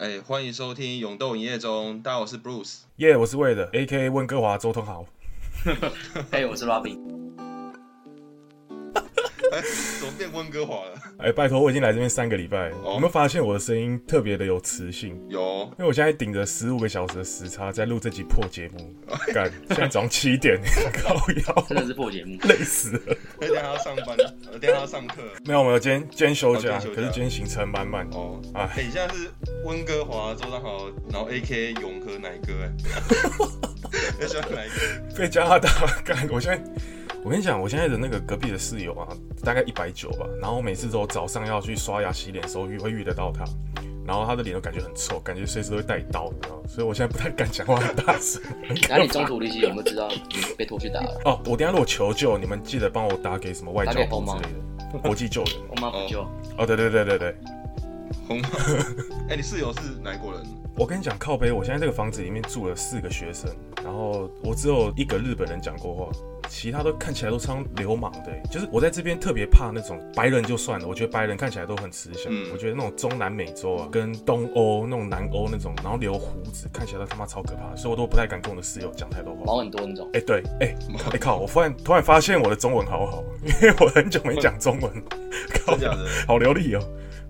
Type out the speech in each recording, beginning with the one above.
哎，欢迎收听《勇斗营业中》，大家好，我是 Bruce。耶我是为了 A K A 温哥华周通豪。嘿、我是 Robin。哎，怎么变温哥华了？哎，拜托，我已经来这边三个礼拜了，哦有没有发现我的声音特别的有磁性？有因为我现在顶着十五个小时的时差在录这集破节 目，干，现在早上七点， 靠腰，真的是破节 目，累死了。那天还要上班，那天还要上课。没有没有，今天今天休假，哦今天休假可是今天行程满满。哦，哎哎，你现在是温哥华周汤豪，然后 A K 永和奶哥， 哎，你喜欢哪一个？被加拿大干，我现在。我跟你讲，我现在的那个隔壁的室友啊，大概一百九吧，然后每次都早上要去刷牙洗脸的时候遇会遇得到他，然后他的脸都感觉很臭，感觉随时都会带刀，你知道吗？所以我现在不太敢讲话很大声。然后你中途离席有没有知道你被拖去打了？哦，我等一下如果求救，你们记得帮我打给什么外交打给部红之毛类的， 国际救援。我妈不救，哦，对对对对对，红 帽。哎，你室友是哪一国人？我跟你讲，靠背，我现在这个房子里面住了四个学生，然后我只有一个日本人讲过话，其他都看起来都超流氓的欸。就是我在这边特别怕那种白人就算了，我觉得白人看起来都很慈祥。嗯我觉得那种中南美洲啊，跟东欧那种南欧那种，然后留胡子，看起来都他妈超可怕的，所以我都不太敢跟我的室友讲太多话。毛很多那种。哎、对，哎、哎、靠！我突然突然发现我的中文好好，因为我很久没讲中文，靠真，假的？好流利哦，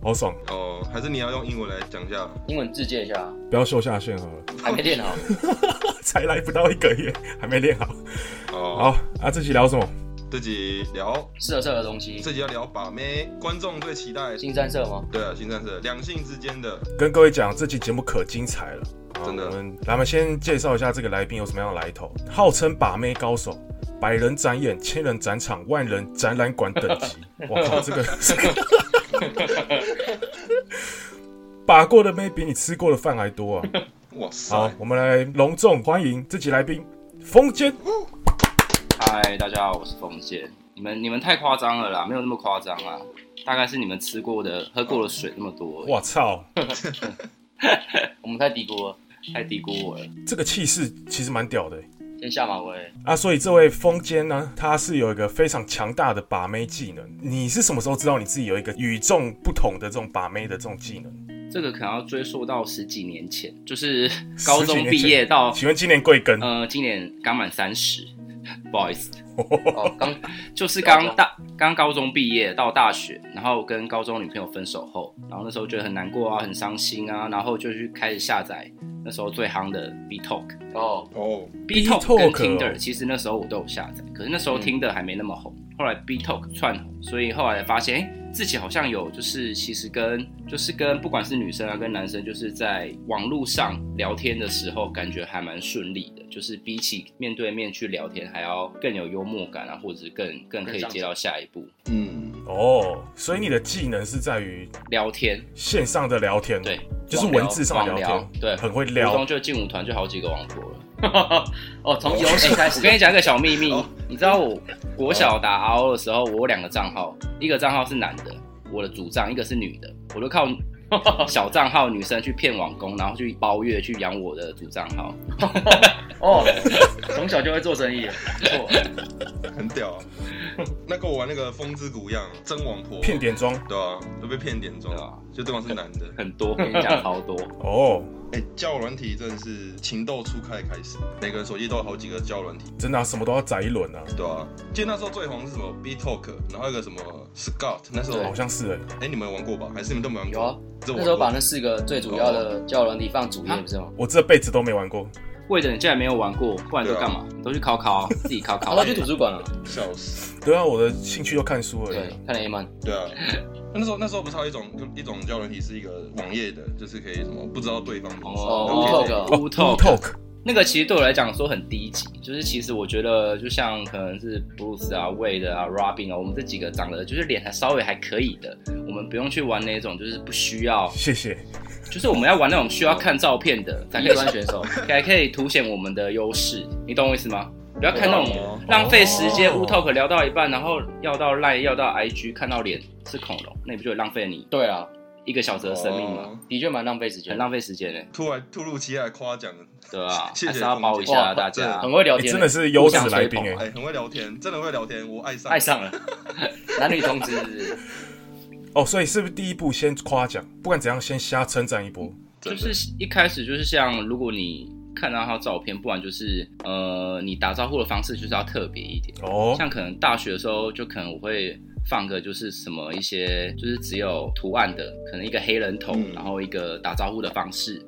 好爽！哦，还是你要用英文来讲一下？英文自荐一下，不要秀下限好了， 还没练 好。才来不到一个月，还没练好。 哦，好啊，这期聊什么？这集聊，色色的东西，这集要聊把妹，观众最期待。新三色吗？对啊，新战士，两性之间的跟各位讲，这期节目可精彩了。啊真的我们来，我们先介绍一下这个来宾有什么样的来头。号称把妹高手，百人展演、千人展场、万人展览馆等 级。我靠，这个 这个，把过的妹比你吃过的饭还多啊！哇塞，好，我们来隆重欢迎这期来宾风间。嗨，大家好，我是风姐。你们你们太夸张了啦，没有那么夸张啦，大概是你们吃过的、喝过的水那么多而已。我操，我们太低估了，太低估我了。这个气势其实蛮屌的欸、先下马威，啊，所以这位风间呢，他是有一个非常强大的把妹技能。你是什么时候知道你自己有一个与众不同的这种把妹的这种技能？这个可能要追溯到十几年前，就是高中毕业 到请问今年贵庚？呃，今年刚满三十，不好意思，哦，刚就是刚大刚高中毕业到大学，然后跟高中女朋友分手后，然后那时候觉得很难过啊，很伤心啊，然后就去开始下载那时候最夯的 B Talk 哦哦， ，B Talk BeeTalk 跟哦嗯 Tinder 其实那时候我都有下载，可是那时候 Tinder 还没那么红，后来 B Talk 窜红，所以后来发现，哎，自己好像有就是其实跟就是跟不管是女生啊跟男生，就是在网络上聊天的时候，感觉还蛮顺利的，就是比起面对面去聊天，还要更有幽默感啊，或者是更更可以接到下一步嗯，哦，所以你的技能是在于聊天，线上的聊天，对，就是文字上的网聊聊天，，对，很会吴撩东。就进舞团就好几个王国了。 哦，从游戏开我始跟你讲一个小秘密哦，你知道我国小打 RO 的时候，我有两个账号，一个账号是男的，我的主账，一个是女的，我都 靠小账号女生去骗网工，然后去包月去养我的主账号。哦，从小就会做生意，不错。很屌、啊。 那跟我玩那个风之谷一样，真王婆骗，点妆对啊，都被骗点中对啊，就对方是男的。很 多，我跟你讲好多，哦，哎、交友软体真的是情窦初开的开始，每个人手机都有好几个交友软体，真的、啊、什么都要宰一轮啊，对啊。记得那时候最红是什么 B Talk，然后一个什么 Scout，那时候对好像是哎、哎、你们有玩过吧？还是你们都没玩过？有啊，这我那时候把那四个最主要的交友软体放主页，不是吗？我这辈子都没玩过。啊为了你竟然没有玩过，不然你都干嘛？你都去考考，自己考啊好考了，。哦去图书馆了。嗯笑死，对啊，我的兴趣就看书而已对啊。，看了 A 漫，对 啊。那时候那时候不是还有一种就一种交友软体是一个网页的，就是可以什么不知道对方名字，哦然后可以 Talk 乌透 Talk，那个其实对我来讲说很低级，就是其实我觉得就像可能是 Bruce 啊、Wade 啊、Robin 啊，我们这几个长得就是脸还稍微还可以的，我们不用去玩那种就是不需要，谢谢。就是我们要玩那种需要看照片的才第可一以关选手，才可以凸显我们的优势，你懂我意思吗？不要看那哦种浪费时间哦乌 talk 聊到一半，然后要到 line 要到 IG 看到脸是恐龙，那你不就浪费你对啊，一个小时的生命嘛，哦的确蛮浪费时间很，浪费时间嘞，突然突如其来夸奖，对吧？谢谢还是要包一下哇大真家的很会聊你哎天欸，真的是优质来宾互相吹哎、哎、很会聊天，真的会聊天，我爱上爱上 了男女同志，哦，所以是不是第一步先夸奖，不管怎样先瞎称赞一波？ 真就的是一开始就是像，如果你看到他照片，不然就是呃，你打招呼的方式就是要特别一点。哦，像可能大学的时候，就可能我会放个就是什么一些就是只有图案的，可能一个黑人头，嗯然后一个打招呼的方式，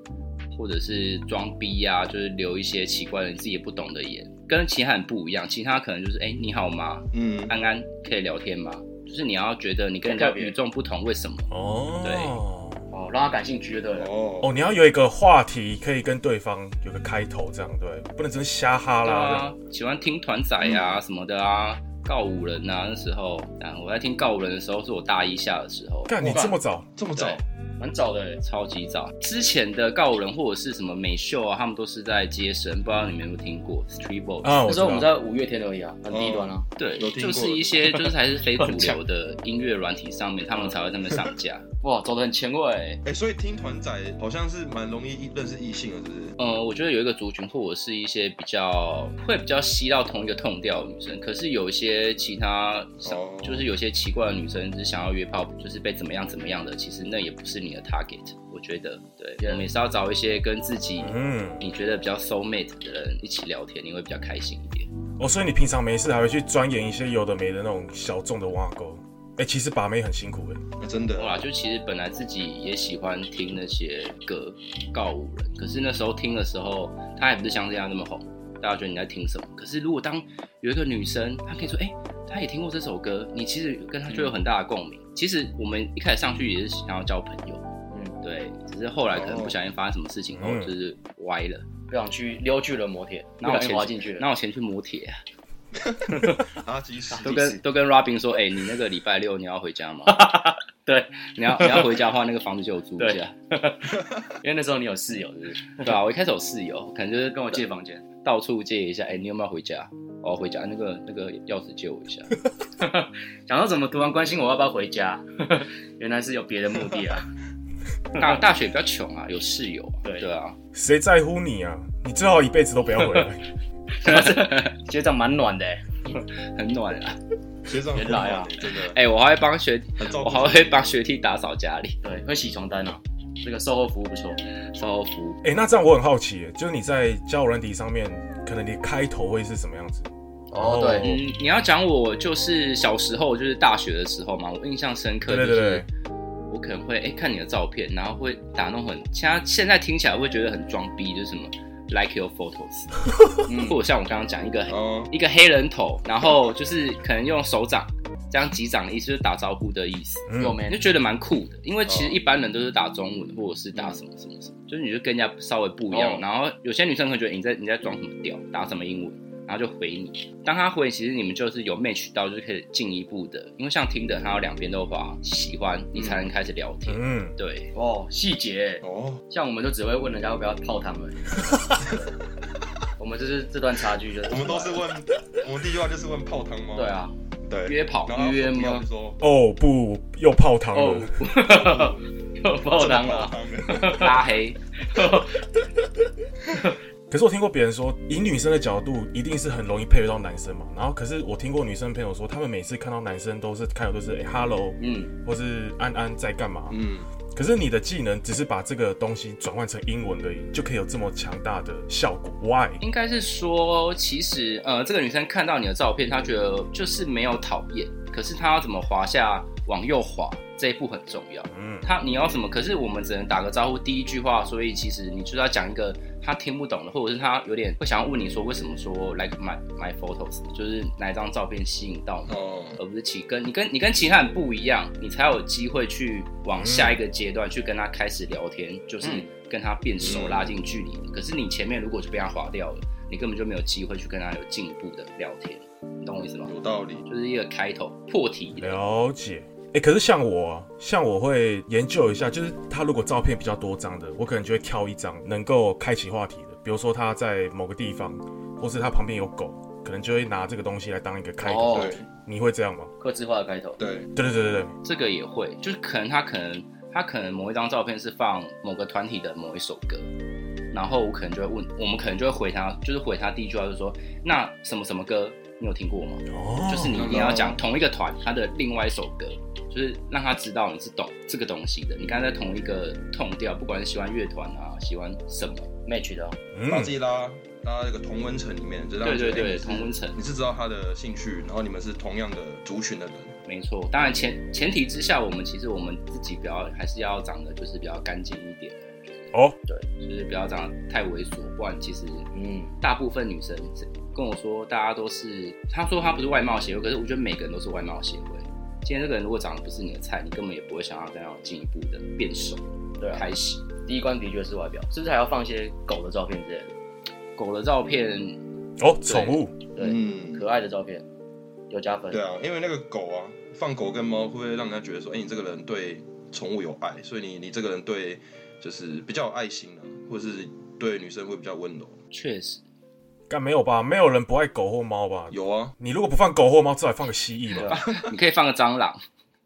或者是装逼啊，就是留一些奇怪的你自己也不懂的言，跟其他人不一样。其他可能就是哎、你好吗？嗯，安安可以聊天吗？就是你要觉得你跟人家特别与众不同，为什么？哦，哦，让他感兴趣就对了。哦，哦，你要有一个话题可以跟对方有个开头，这样对，不能只是瞎哈对啦。这样啊，喜欢听团仔啊什么的啊，告五人啊那时候，啊我在听告五人的时候是我大一下的时候，干、你这么早，这么早对，蛮早的欸，超级早。之前的告五人或者是什么美秀啊，他们都是在街声，不知道你们有没有听过 Street 啊，Boy？那我时知候我们道。在五月天而已啊，很低端啊。对有，听就过是一些就是还是非主流的音乐软体上面，他们才会在那边上架。哦哇，走的很前卫欸，哎、所以听团仔好像是蛮容易认识异性的，是不是？呃，我觉得有一个族群，或者是一些比较会比较吸到同一个痛调的女生，可是有一些其他想哦就是有些奇怪的女生，只是想要约炮，就是被怎么样怎么样的，其实那也不是你的 target。我觉得，对 Yeah 我们也是要找一些跟自己嗯，你觉得比较 soul mate 的人一起聊天，你会比较开心一点。哦，所以你平常没事还会去钻研一些有的没的那种小众的挖沟。哎、其实把妹很辛苦哎、啊真的后，来就其实本来自己也喜欢听那些歌告五人，可是那时候听的时候，他还不是像这样那么红，大家觉得你在听什么？可是如果当有一个女生，她可以说，哎、她也听过这首歌，你其实跟她就有很大的共鸣。其实我们一开始上去也是想要交朋友，嗯，对，只是后来可能不小心发生什么事情后嗯就是歪了。不想去溜去了摩铁，不那我小心钱滑进去了。那我钱去磨 铁啊，阿基斯都跟都跟 Robin 说，哎、你那个礼拜六你要回 家吗？对，你要你要回家的话，那个房子就有租一下。因为那时候你有室友，是不是？ 对啊，我一开始有室友，可能就是跟跟我我借借房间，到处借一下。哎、你有没有回家？我要回家，那个那个钥匙借我一下。 想到怎么突然关心我要不要 回家，原来是有别的目的 啊。大大学比较穷啊，有室友啊。对对啊，谁在乎你啊？你最好一辈子都不要回来。学长蛮暖的欸，很暖啊。学长原来啊很好真的，哎、我还会帮学，很照我顾还会帮学弟打扫家里，对，会洗床单啊，这个售后服务不错。售后服务。哎、那这样我很好奇、欸，就是你在交友软体上面，可能你开头会是什么样子？哦，哦对，嗯，你要讲我就是小时候，就是大学的时候嘛，我印象深刻对对就是。对对，我可能会哎、诶看你的照片，然后会打弄很，现在现在听起来会觉得很装逼，就是什么 like your photos， 嗯或者像我刚刚讲一个哦，一个黑人头，然后就是可能用手掌这样击掌的意思，就是打招呼的意思，嗯有你 man 就觉得蛮酷的。因为其实哦一般人都是打中文或者是打什么什么什么，就是你就跟人家稍微不一样。哦然后有些女生可能觉得你在你在装什么屌，打什么英文。然后就回你，当他回，其实你们就是有 match 到，就是可以进一步的，因为像听的，他要两边都滑喜欢，你才能开始聊天。嗯，对，哦，细节欸，哦，像我们就只会问人家要不要泡汤而已。我们就是这段差距，就是我们都是问，我们第一句话就是问泡汤吗？对，啊，对，约跑然后约吗不要就说哦不，又泡汤哦了。，又 泡汤啊泡了，汤啊了，拉黑，可是我听过别人说，以女生的角度，一定是很容易配合到男生嘛。然后，可是我听过女生朋友说，她们每次看到男生都是开头都是哎、hello，嗯，或是安安在干嘛。嗯，可是你的技能只是把这个东西转换成英文而已，就可以有这么强大的效果。Why？应该是说，其实呃，这个女生看到你的照片，她觉得就是没有讨厌，可是她要怎么滑啊下往右滑这一步很重要。嗯，她你要什么？可是我们只能打个招呼，第一句话，所以其实你就是要讲一个她听不懂的，或者是她有点会想要问你说为什么说 like my my photos，就是哪一张照片吸引到你。哦，而不是其跟你跟你跟其他人不一样，你才有机会去往下一个阶段去跟他开始聊天，就是嗯跟他变熟，嗯拉近距离。可是你前面如果就被他划掉了，你根本就没有机会去跟他有进一步的聊天，你懂我意思吗？有道理，就是一个开头破题，了解。哎、可是像我、啊，像我会研究一下，就是他如果照片比较多张的，我可能就会挑一张能够开启话题的，比如说他在某个地方，或是他旁边有狗，可能就会拿这个东西来当一个开口。哦对你会这样吗？克制化的开头，对，对对对对对，这个也会，就是可能他可能他可能某一张照片是放某个团体的某一首歌，然后我可能就会问，我们可能就会回他，就是回他第一句话就是说，那什么什么歌你有听过吗？哦，就是你一定要讲同一个团他的另外一首歌，就是让他知道你是懂这个东西的。你刚才在同一个痛调，不管是喜欢乐团啊，喜欢什么， match 的哦，把嗯自己拉拉到一个同温层里面，就让对你觉对得哎对，你是同温层。你是知道他的兴趣，然后你们是同样的族群的人，没错，当然前前提之下，我们其实我们自己比较还是要长得就是比较干净一点，哦，对，就是不要长得太猥琐，不然其实嗯，大部分女生跟我说，大家都是她说她不是外貌协会，可是我觉得每个人都是外貌协会。今天这个人如果长得不是你的菜，你根本也不会想要跟他有进一步的变熟对啊，开始。第一关的确是外表，是不是还要放一些狗的照片之类的？嗯狗的照片，哦，宠物，对，嗯，可爱的照片有加分。对啊，因为那个狗啊，放狗跟猫会让人家觉得说，哎、你这个人对宠物有爱，所以你你这个人对就是比较有爱心啊，或者是对女生会比较温柔。确实，干没有吧？没有人不爱狗或猫吧？有啊，你如果不放狗或猫，至少放个蜥蜴啊吧，你可以放个蟑螂、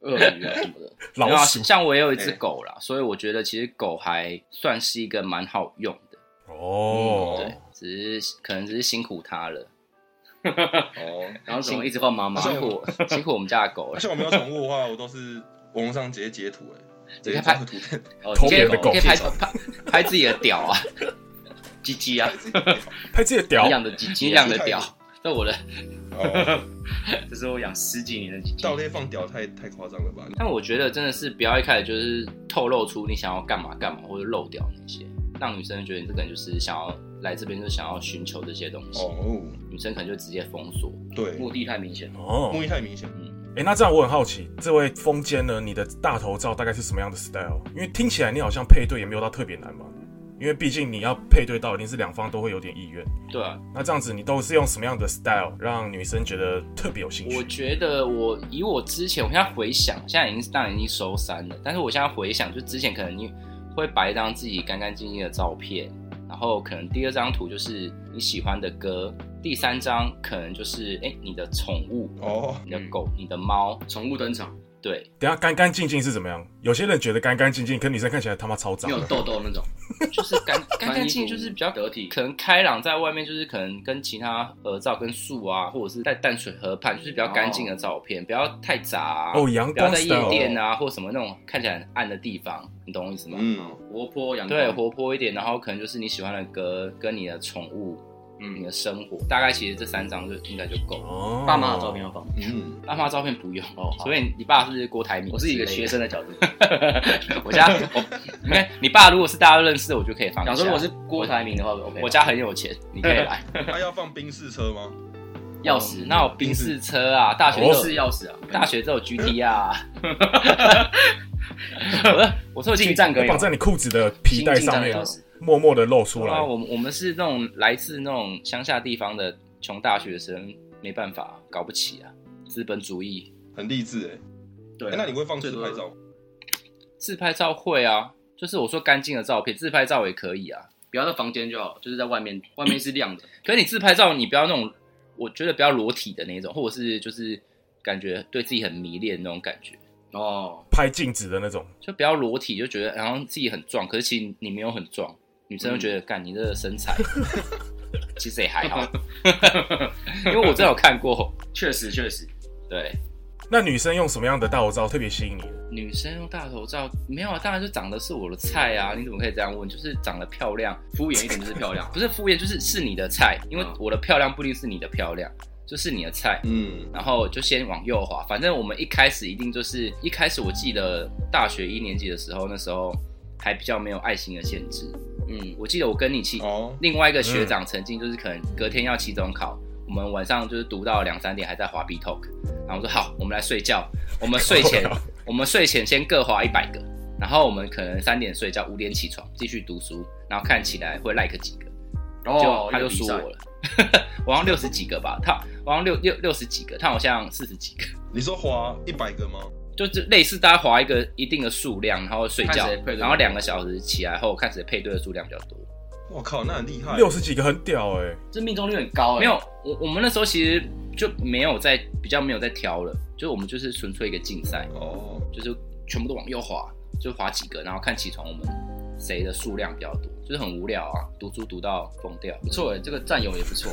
鳄鱼啊什么 的，哎老没有啊鼠。像我也有一只狗啦，所以我觉得其实狗还算是一个蛮好用的，哦，嗯对，只是可能只是辛苦它了，哦，然后什么辛一直放妈妈，辛苦 辛苦我们家的狗而了。且我没有宠物的话，我都是网络上直接截图、哎，直你接可以拍抓个图片，哦，偷你可别以人的狗可以拍拍拍自己的屌啊，鸡鸡啊，拍自己的屌你，养的鸡你鸡啊，养的屌， 这我的哦， 这是我养十几年的鸡鸡到。那放屌太太夸张 了吧？但我觉得真的是不要一开始就是透露出你想要干嘛干嘛，或者漏掉那些，让女生觉得你这个人就是想要来这边就是想要寻求这些东西，哦，女生可能就直接封锁。对，目的太明显了，哦目，的太明显了。哎，那这样我很好奇，这位风间呢，你的大头照大概是什么样的 style？因为听起来你好像配对也没有到特别难吧？因为毕竟你要配对到，一定是两方都会有点意愿。对啊，那这样子，你都是用什么样的 style 让女生觉得特别有兴我趣？觉得我以我之前，我现在回想，现在已经当然已经收山了，但是我现在回想，就之前可能你会摆一张自己干干净净的照片，然后可能第二张图就是你喜欢的歌，第三张可能就是哎、你的宠物、哦，你的狗、你的猫，嗯宠物登场，对，等一下干干净净是怎么样？有些人觉得干干净净，可女生看起来他妈超脏没。有痘痘那种， 就是干干干净净，就是比较得体可能开朗在外面，就是可能跟其他合照、跟树啊，或者是在淡水河畔，就是比较干净的照片，不要太杂、啊。哦，阳不要光在 style 夜哦。店啊，或什么那种看起来很暗的地方，你懂我意思吗？嗯，活泼阳对，光。活泼一点，然后可能就是你喜欢的歌，跟你的宠物，你嗯，的生活，大概其实这三张就应该就够了。哦，爸妈的照片要放。 嗯，爸妈照片不用哦好所以你爸是不是郭台铭？我是一个学生，生的角度， 我家，我你看你爸如果是大家都认识的，我就可以放一下。讲说如果是啊郭台铭的话，OK 吧。我家很有钱，你可以来。他、要放宾士车吗？钥匙，那有宾士车啊，大学哦就宾是士钥匙啊，大学只有 GT 啊。 我说我说我进进站可以吗绑？在你裤子的皮带上面新进站的钥匙，默默的露出来啊，。我们我们是那种来自那种乡下地方的穷大学生，没办法，搞不起啊，资本主义。很励志哎、对啊哎那你会放自最多拍照吗？自拍照会啊，就是我说干净的照片，自拍照也可以啊。不要在房间就好，就是在外面， 外面是亮的，可是你自拍照，你不要那种，我觉得不要裸体的那种，或者是就是感觉对自己很迷恋那种感觉，哦，拍镜子的那种。就不要裸体，就觉得好像自己很壮，可是其实你没有很壮，女生就嗯觉得干、你这个身 材，其实也还好，因为我真的有看过，确实确实，对。那女生用什么样的大头照特别吸引你？女生用大头照没有啊？当然就长得是我的菜啊！你怎么可以这样问？就是长得漂亮，敷衍一点就是漂 亮，不是敷衍，就是是你的菜。因为嗯我的漂亮不一定是你的漂亮，就是你的菜。嗯，然后就先往右滑，反正我们一开始一定就是一开始，我记得大学一年级的时候，那时候还比较没有爱心的限制。嗯，我记得我跟你去哦，另外一个学长曾经就是可能隔天要期中考，我们晚上就是读到两三点还在滑 B Talk，然后我说好，我们来睡觉，我们睡前我们睡前先各滑一百个，然后我们可能三点睡觉，五点起床继续读书，然后看起来会 like 几个，哦就他一就个输比我赛了。 我好像六十几个吧，他我好像六六六十几个，他好像四十几个，你说划一百个吗？就是类似大家划一个一定的数量，然后睡觉看谁配对，然后两个小时起来后看谁配对的数量比较多。我靠，那很厉哎害。六十几个很屌哎、这命中率很高欸，没有，我我们那时候其实就没有在比较没有在挑了，就是我们就是纯粹一个竞赛，哦，就是全部都往右滑，就划几个，然后看起床我们谁的数量比较多，就是很无聊啊，读书读到疯掉，欸不错哎，这个战友也不错，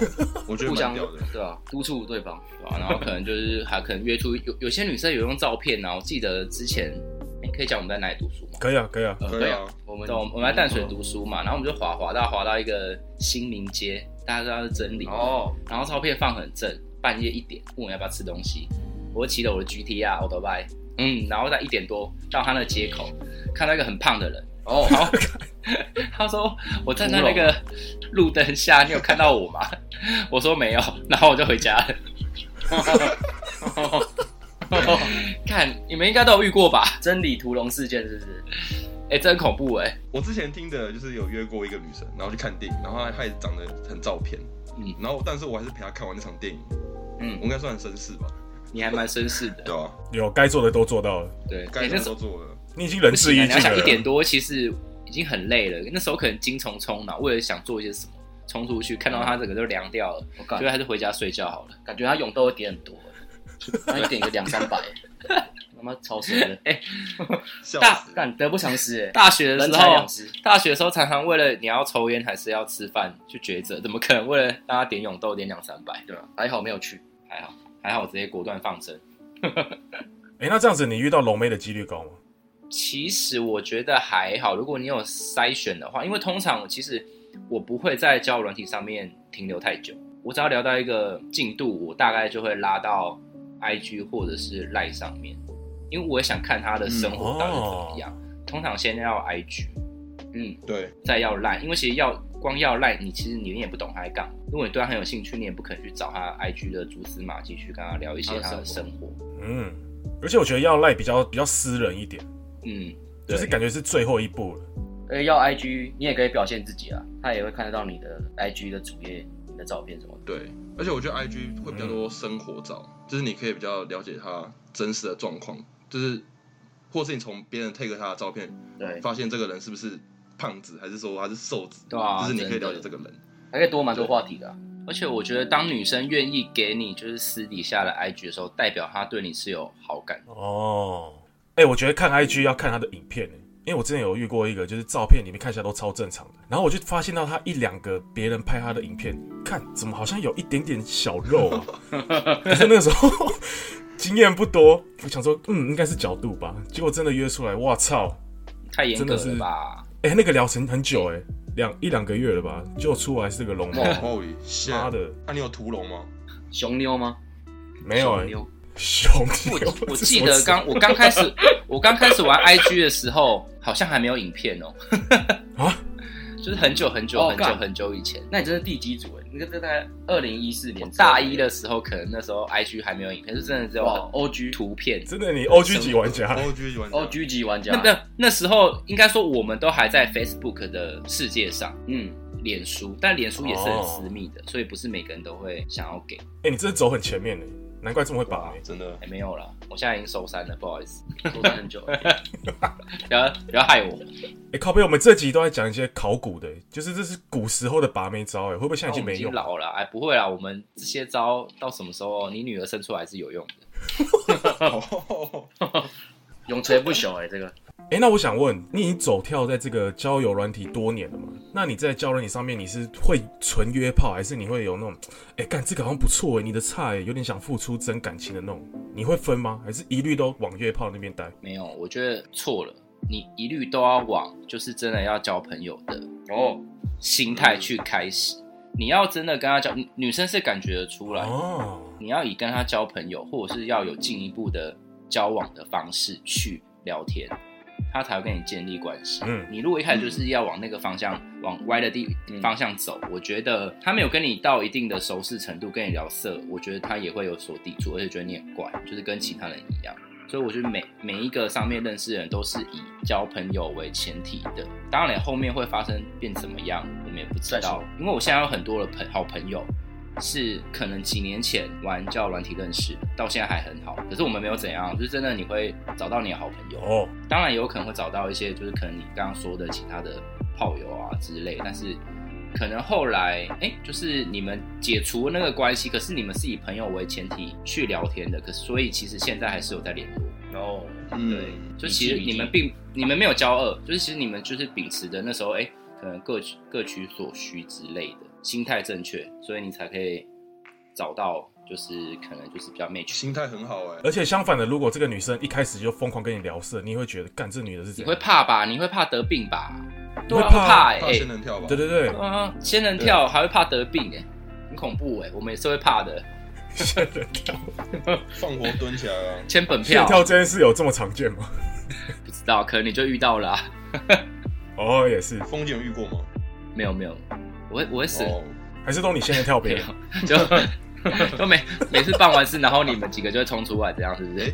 我觉得互蛮相屌的。对啊，督促对方。对吧、啊然后可能就是还可能约出有有些女生有用照片啊，我记得之前，哎、可以讲我们在哪里读书吗？可以啊，可以啊，呃可以啊，我们对，我们我们在淡水读书嘛，然后我们就滑滑到滑到一个新民街，大家知道是真理嘛哦，然后照片放很正，半夜一点问我要不要吃东西，我就骑着我的 GTR o l d b i 嗯，然后在一点多到他那街口，看到一个很胖的人，哦，好， 他说我站在那个路灯下，你有看到我吗？ 我说没有，然后我就回家 了。 看你们应该都有遇过吧？真理屠龙事件是不是？哎、真恐怖哎、我之前听的就是有约过一个女生，然后去看电影，然后她她也长得很照片，嗯嗯，然后但是我还是陪她看完那场电影，嗯我应该算绅士吧，你还蛮绅士的。对啊，有该做的都做到了，对，哎、该那做的时都候做了，你已经仁不至行、啊，义你要尽想了。一点多，其实已经很累了。那时候可能精虫充脑，为了想做一些什么，冲出去看到他整个都凉掉了，我所感以还是回家睡觉好了。感觉他勇斗会点很多，他一点个两三百，他妈超神的，笑大死，干得不偿失哎，大学的人时财候两，失。大学的时候常常为了你要抽烟还是要吃饭去抉择，怎么可能为了大家点永豆点两三百？对啊，还好没有去，还好还好，我直接果断放生。哎、那这样子你遇到龙妹的几率高吗？其实我觉得还好，如果你有筛选的话，因为通常其实我不会在交友软体上面停留太久，我只要聊到一个进度，我大概就会拉到 IG 或者是 Line 上面，因为我也想看他的生活到底怎么样。嗯哦通常先要 IG，嗯，对，再要赖，因为其实要光要赖，你其实你也不懂他在干嘛。如果你对他很有兴趣，你也不可能去找他 IG 的蛛丝马迹去跟他聊一些他他的的生生活。嗯，而且我觉得要赖比较比较私人一点，嗯，对就是感觉是最后一步了。而且要 IG 你也可以表现自己啊，他也会看得到你的 IG 的主页、你的照片什么的。对，而且我觉得 I G 会比较多生活照，就是你可以比较了解她真实的状况，就是或是你从别人 take 她的照片，对，发现这个人是不是胖子，还是说他是瘦子，对啊就是你可以真的了解这个人。还可以多蛮多话题的啊、而且我觉得当女生愿意给你就是私底下的 IG 的时候，代表她对你是有好感的。哦，哎、我觉得看 IG 要看他的影片、欸，因为我之前有遇过一个，就是照片里面看起来都超正常的，然后我就发现到他一两个别人拍他的影片，看怎么好像有一点点小肉啊， 可是那个时候经验不多，我想说，嗯，应该是角度吧，结果真的约出来，哇操，太严格真的了是吧？哎、那个疗程很久、欸，哎，两一两个月了吧，就出来是个龙猫，哦 Holy 妈 shit！的，那、你有屠龙吗？熊妞吗？没有、熊欸，妞，熊 牛我我这记什么得词刚我刚开始我刚开始玩 IG 的时候，好像还没有影片哦。啊， 就是很久很久哦很久干很久以前，那你真是第几组欸哎？那个大概二零一四年大一的时候，可能那时候 IG 还没有影片，就真的只有哇，OG 图片。真的你 OG 级玩 家、 O G 玩家哦狙击玩家，那个那时候应该说我们都还在 Facebook 的世界上，嗯，脸书，但脸书也是很哦私密的，所以不是每个人都会想要给。哎、你真的走很前面呢，难怪这么会把妹。真的哎、没有了，我现在已经收山了，不好意思，都待很久 了。不要不要害我。哎、靠背，我们这集都在讲一些考古的、欸就是这是古时候的把妹招哎、会不会现在已我经们没已经用？老了，哎，不会啦，我们这些招到什么时候哦你女儿生出来是有用的？ 永垂不朽哎、这个哎、那我想问，你已经走跳在这个交友软体多年了嘛？那你在交友软体上面，你是会纯约炮，还是你会有那种，哎、干这个好像不错哎、你的菜、有点想付出真感情的那种，你会分吗？还是一律都往约炮那边带？没有，我觉得错了，你一律都要往就是真的要交朋友的哦，心态去开始。你要真的跟她交，女女生是感觉得出来的，哦，你要以跟她交朋友，或者是要有进一步的交往的方式去聊天，她才会跟你建立关系。嗯你如果一开始就是要往那个方向，往歪的地嗯方向走，我觉得她没有跟你到一定的熟识程度，跟你聊色，我觉得她也会有所抵触，而且觉得你很怪，就是跟其他人一样。所以我觉得每每一个上面认识的人都是以交朋友为前提的，当然后面会发生变怎么样，我们也不知再道说。因为我现在有很多的朋好朋友，是可能几年前玩交友软体认识的，到现在还很好。可是我们没有怎样，就是真的你会找到你的好朋友，哦，当然也有可能会找到一些就是可能你刚刚说的其他的炮友啊之类，但是可能后来哎、诶就是你们解除那个关系，可是你们是以朋友为前提去聊天的，可是所以其实现在还是有在联络。哦，嗯，就其实以及你们并你们没有骄傲，就是其实你们就是秉持着那时候哎、可能各取各取所需之类的心态正确，所以你才可以找到就是可能就是比较 match，心态很好哎、而且相反的，如果这个女生一开始就疯狂跟你聊色，你也会觉得干这女的是你怎会样？怕吧？你会怕得病吧？对啊，会怕怕哎、怕仙人跳吧？对对对，啊，仙人跳还会怕得病哎、很恐怖哎、我们也是会怕的。仙人跳，放火蹲起来啊！签本仙票人跳这件事有这么常见吗？不知道，可能你就遇到了啊、哦，也是，风景有遇过吗？没有没有，我会我会死，哦，还是都你仙人跳别人。就 就 每每次办完事，然后你们几个就会冲出来，这样是不是哎？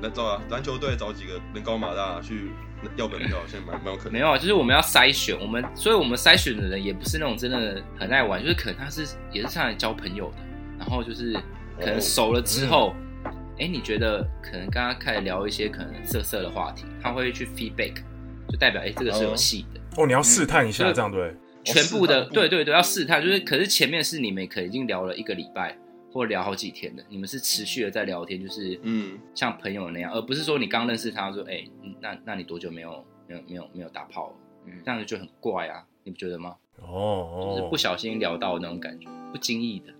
那走啊，篮球队找几个人高马大去要本票，现在蛮蛮有可能。没有啊，就是我们要筛选，我们所以我们筛选的人也不是那种真的很爱玩，就是可能他是也是上来交朋友的，然后就是哦可能熟了之后，嗯哎、你觉得可能刚刚开始聊一些可能色色的话题，他会去 feedback，就代表哎、诶这个是有戏的，哦，你要试探一下，嗯这样对不全部哦试的探对对对要试探，就是可是前面是你们可能已经聊了一个礼拜或聊好几天的，你们是持续的在聊天，就是嗯，像朋友那样，而不是说你刚认识他说，哎、嗯那那你多久没有没有没有没有打炮了？嗯这，样就很怪啊，你不觉得吗？对？就是哦不哦，小心聊到那种感觉，不经意的。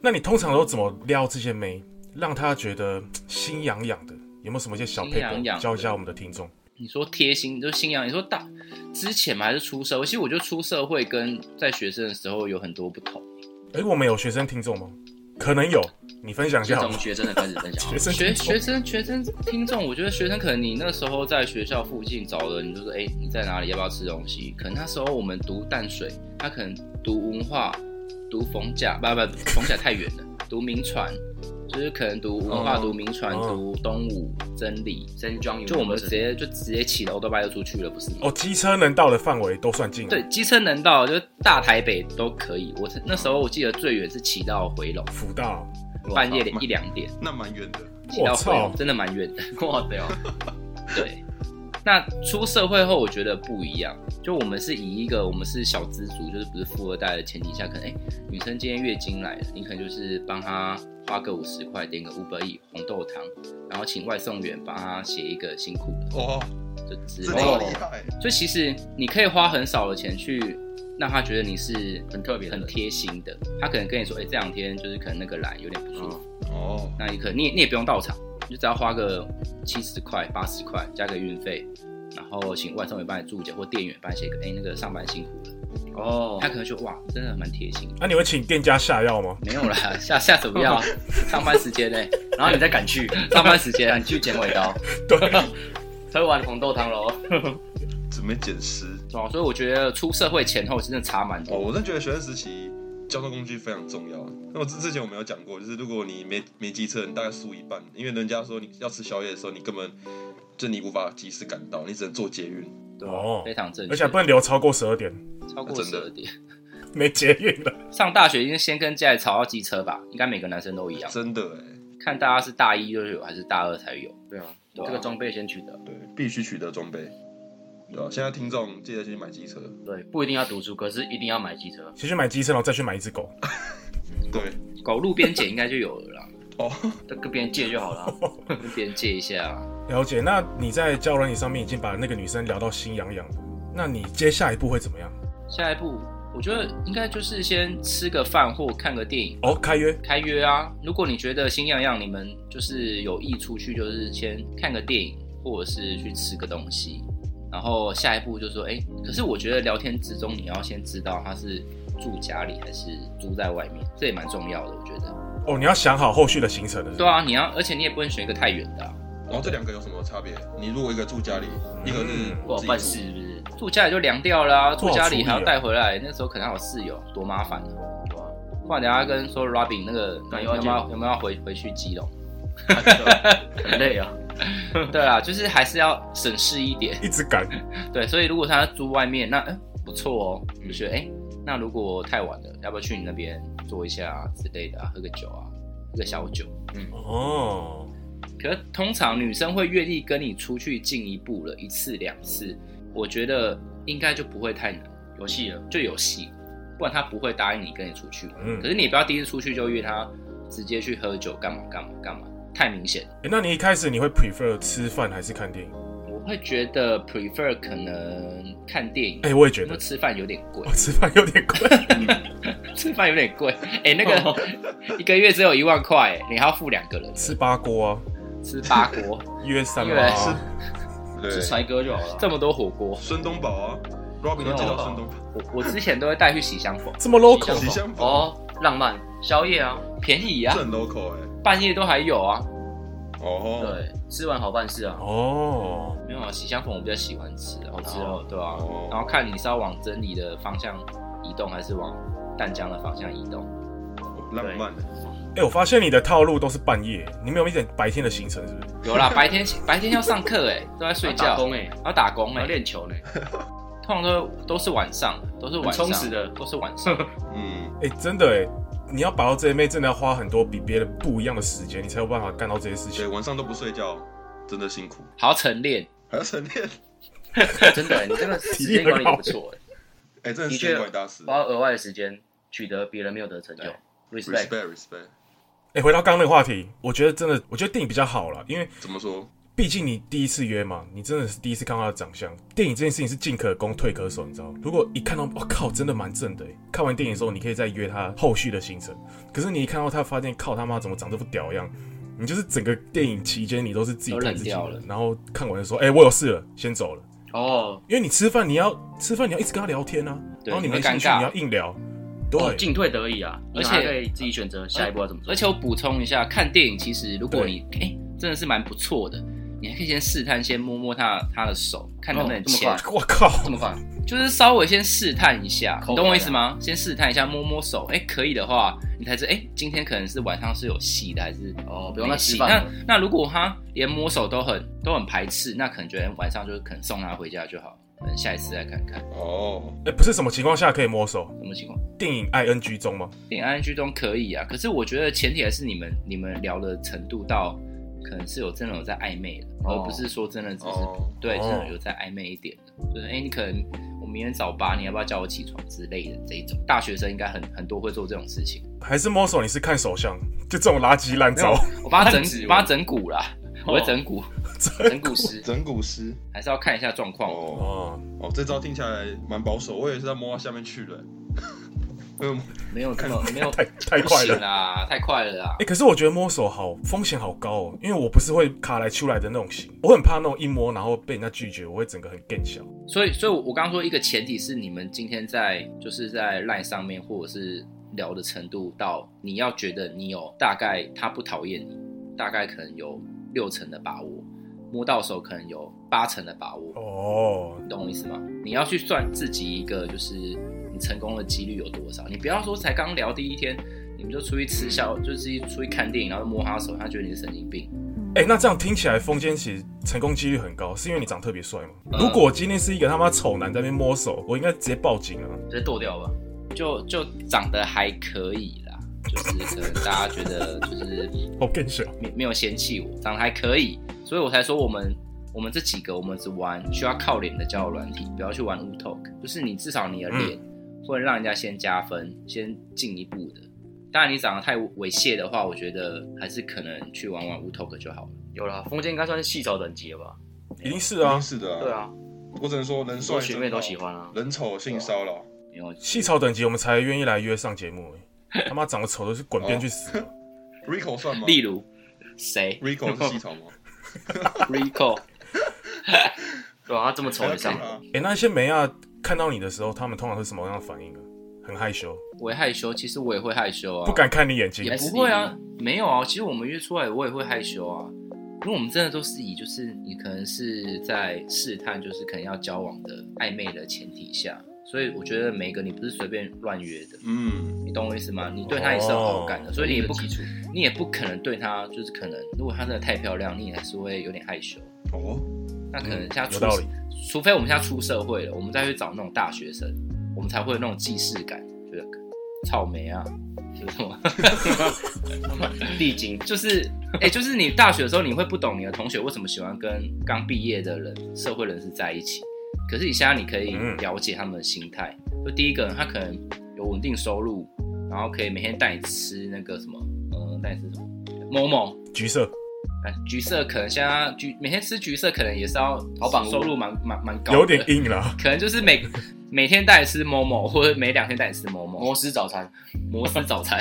那你通常都怎么撩这些妹，让她觉得嘖心痒痒的？有没有什么一些小心痒 paper 痒的教一下我们的听众？你说贴心就是新娘，你说大之前嘛还是出社会？其实我觉得出社会跟在学生的时候有很多不同。哎、我们有学生听众吗？可能有，你分享一先下好从吗？学生的开始分享好学生学了。听众 学生学生听众，我觉得学生可能你那时候在学校附近找人，你就说哎、你在哪里？要不要吃东西？可能那时候我们读淡水，他可能读文化，读逢甲，不不不，逢甲太远了，读名传，就是可能读文化、哦读名传、哦读东武、真理，真装就我们直接就直接骑了欧多拜就出去了，不是吗？哦，机车能到的范围都算近了。对，，机车能到就是大台北都可以。我那时候我记得最远是骑到回龙，福大哦，半夜的蛮一两点那蛮远的。骑到回我龙，操真的蛮远的。 哇对哦，对，那出社会后我觉得不一样，就我们是以一个我们是小资族，就是不是富二代的前提下，可能哎、女生今天月经来了，你可能就是帮她花个五十块点个 Uber E 红豆汤，然后请外送员帮她写一个辛苦的，哦，就之这类超的。厉害，所以其实你可以花很少的钱去让他觉得你是很特别的很人贴心的。他可能跟你说，哎、这两天就是可能那个来有点不舒服，哦，那你可能你也你也不用到场，你就只要花个七十块、八十块加个运费，然后请外送员帮你注解或店员帮你写个，哎、那个上班辛苦了。哦他可能就哇，真的蛮贴心的。那、啊你会请店家下药吗？没有啦，下下手不要， 上班时间呢、然后你再赶去，上班时间啊赶去剪尾刀， 对，啊喝完红豆汤喽。怎么捡尸？对啊吧？所以我觉得出社会前后真的差蛮多。哦，我真觉得学生时期交通工具非常重要。那我之之前我们有讲过，就是如果你没没机车，你大概输一半，因为人家说你要吃宵夜的时候，你根本就你无法及时赶到，你只能坐捷运。对吧哦非常正确，而且不能留超过十二点，超过真十的二点。没捷运了。上大学一定先跟家里吵到机车吧，应该每个男生都一样。真的哎，看大家是大一就有还是大二才有。对啊，对啊这个装备先取得，对，必须取得装备。对吧？现在听众记得去买机车。对，不一定要读书，可是一定要买机车。先去买机车，然后再去买一只狗。对，狗路边捡应该就有了啦，哦， 这跟别人借就好了啊。 跟别人借一下啊。了解。那你在交友软体上面已经把那个女生聊到心痒痒了，那你接下一步会怎么样？下一步，我觉得应该就是先吃个饭或看个电影，哦，开约。开约啊。如果你觉得心痒痒，你们就是有意出去，就是先看个电影，或者是去吃个东西。然后下一步就说，哎，可是我觉得聊天之中你要先知道他是住家里还是住在外面，这也蛮重要的，我觉得。哦，你要想好后续的行程了。是不是对，啊，你要，而且你也不能选一个太远的啊、然后哦这两个有什么差别？你如果一个住家里，一个是啊不好自己办住事是不是？住家里就凉掉啦、不住好家处理里还要啊带回来，那时候可能还有室友，多麻烦啊！对啊不然等下跟说 Robin 那个那有又要没有见有没有要回回去基隆？啊对啊，很累啊。 对啦，就是还是要省事一点。 一直赶。对，所以如果他住外面，那嗯不错哦，就觉得哎、诶那如果太晚了，要不要去你那边坐一下、啊、之类的、啊，喝个酒啊，喝个小酒。哦，可是通常女生会愿意跟你出去进一步了，一次两次，我觉得应该就不会太难。有戏了，就有戏，不然他不会答应你跟你出去。嗯可是你不要第一次出去就约他直接去喝酒干嘛干嘛干嘛，太明显。诶那你一开始你会 prefer 吃饭还是看电影？我会觉得 prefer 可能看电影，哎、我也觉因为得，吃饭有点贵我，吃饭有点贵。 吃饭有点贵。哎、那个 一个月只有一万块，哎你还要付两个人吃八锅啊，吃八锅， 约三约妈、三啊，对吃，才哥就好了。这么多火锅，孙东宝啊，Robin 都介绍孙东宝，我我之前都会带去喜相逢，这么 local，喜相逢，哦，浪漫宵夜啊，便宜这啊，很 local 哎、半夜都还有啊。哦，对，吃完好办事啊。哦，没有啊，喜相逢我比较喜欢吃，好吃然哦后，对啊哦，然后看你是要往真理的方向移动，还是往淡江的方向移动。浪漫的，哎、我发现你的套路都是半夜，你没有一点白天的行程是不是？有啦， 白天白天要上课哎，都在睡要觉，打工哎，要打工还哎要，练球呢。通常都都是晚上，都是晚上，很充实的都是晚上。嗯，哎、真的哎、你要把到这一妹，真的要花很多比别人不一样的时间，你才有办法干到这些事对，情。晚上都不睡觉，真的辛苦，还要晨 练，还要晨练，真的欸，你这个时间管理不 错 欸，哎、真的是监管大师花额外的时间取得别人没有的成就对，respect。 ，respect respect，哎、回到刚刚那个话题，我觉得真的，我觉得电影比较好啦，因为怎么说？毕竟你第一次约嘛，你真的是第一次看到他的长相。电影这件事情是进可攻退可守，你知道吗？如果一看到，我、靠，真的蛮正的欸。看完电影之后，你可以再约他后续的行程。可是你一看到他，发现靠他妈怎么长这副屌样，你就是整个电影期间你都是自己都看冷自己掉的了，然后看完就说，哎、我有事了，先走了。哦，因为你吃饭你要吃饭你要一直跟他聊天啊，对然后你你会没兴趣尴尬你要硬聊，对，哦进退得意啊，而且你还可以自己选择下一步要怎么做而。且我补充一下，看电影其实如果你哎、真的是蛮不错的，你还可以先试探，先摸摸他他的手，看能不能哦这么牵、快我靠，这么快，就是稍微先试探一下，抠你懂我一意下思吗？先试探一下，摸摸手，哎、可以的话，你才知哎、今天可能是晚上是有戏的，还是哦不用没再戏。吃那饭了那如果他连摸手都很都很排斥，那可能觉得晚上就是可能送他回家就好，可能下一次再看看哦，哎、不是什么情况下可以摸手？什么情况。电影 I N G 中吗？电影 ING 中可以啊，可是我觉得前提还是你们你们聊的程度到可能是有真的有在暧昧的，哦而不是说真的只是、哦对哦真的有在暧昧一点的，就是哎、诶你可能我明天早八，你要不要叫我起床之类的这一种，大学生应该很很多会做这种事情，还是摸手？你是看手相？就这种垃圾烂招，我帮他整暗指我帮他整蛊啦，我会整蛊，整蛊师整蛊师，还是要看一下状况。哦 哦，哦，这招听起来蛮保守，我以为是要摸到下面去欸 了、嗯，没有这么没有太太不快行啊了。啦，太快了啦哎、。可是我觉得摸手好风险好高哦，因为我不是会卡来出来的那种型，我很怕那种一摸然后被人家拒绝，我会整个很更小。所以，所以我我刚刚说一个前提是你们今天在就是在 LINE 上面或者是聊的程度到你要觉得你有大概他不讨厌你，大概可能有六成的把握，摸到手可能有八成的把握，哦，你懂我意思吗？你要去算自己一个就是你成功的几率有多少，你不要说才刚聊第一天。你们就出去吃宵，就是出去看电影，然后摸他手，他觉得你是神经病。哎、那这样听起来，风间其实成功几率很高，是因为你长特别帅吗？呃如果今天是一个他妈丑男在那边摸手，我应该直接报警啊！直接剁掉吧。就就长得还可以啦，就是可能大家觉得就是我更小。没没有嫌弃我，长得还可以，所以我才说我们我们这几个我们只玩需要靠脸的交友软体，不要去玩 w Talk，就是你至少嗯你的脸会让人家先加分，先进一步的。当然你长得太猥亵的话，我觉得还是可能去玩玩 w Talk 就好了。有啦，封建应该算是细草等级了吧？一定是一啊定，是的、啊，对，啊，我只能说人帅我学妹真好都喜，欢啊。人丑性骚扰，因为细草等级我们才愿意来约上节目、欸。他妈长得丑都是滚边去哦死！ Rico 算吗例如谁？Rico 是系统吗？ Rico 对啊，他这么丑也上还要。给他哎、那些梅亚看到你的时候，他们通常是什么样的反应啊？很害羞，我会害羞，其实我也会害羞啊，不敢看你眼睛也。不会啊，没有啊。其实我们约出来，我也会害羞啊，因为我们真的都是以就是你可能是在试探，就是可能要交往的暧昧的前提下，所以我觉得每个你不是随便乱约的，嗯，你懂我意思吗？你对他也是有好感的，所以哦你也不基础。你也不可能对他就是可能，如果他真的太漂亮，你也还是会有点害羞。哦，那可能嗯现在有出道理，除非我们现在出社会了，我们再去找那种大学生，我们才会有那种既视感，觉得草莓啊，就是什么。地精，就是，哎、就是你大学的时候，你会不懂你的同学为什么喜欢跟刚毕业的人、社会人士在一起。可是你现在你可以嗯了解他们的心态。就第一个，他可能有稳定收入，然后可以每天带你吃那个什么，呃，带你吃什么？某某橘色哎，橘色可能现在橘每天吃橘色可能也是要好榜收入蛮蛮蛮高的，有点硬了。可能就是每每天带你吃某某，或者每两天带你吃某某摩斯早餐，摩斯早 餐，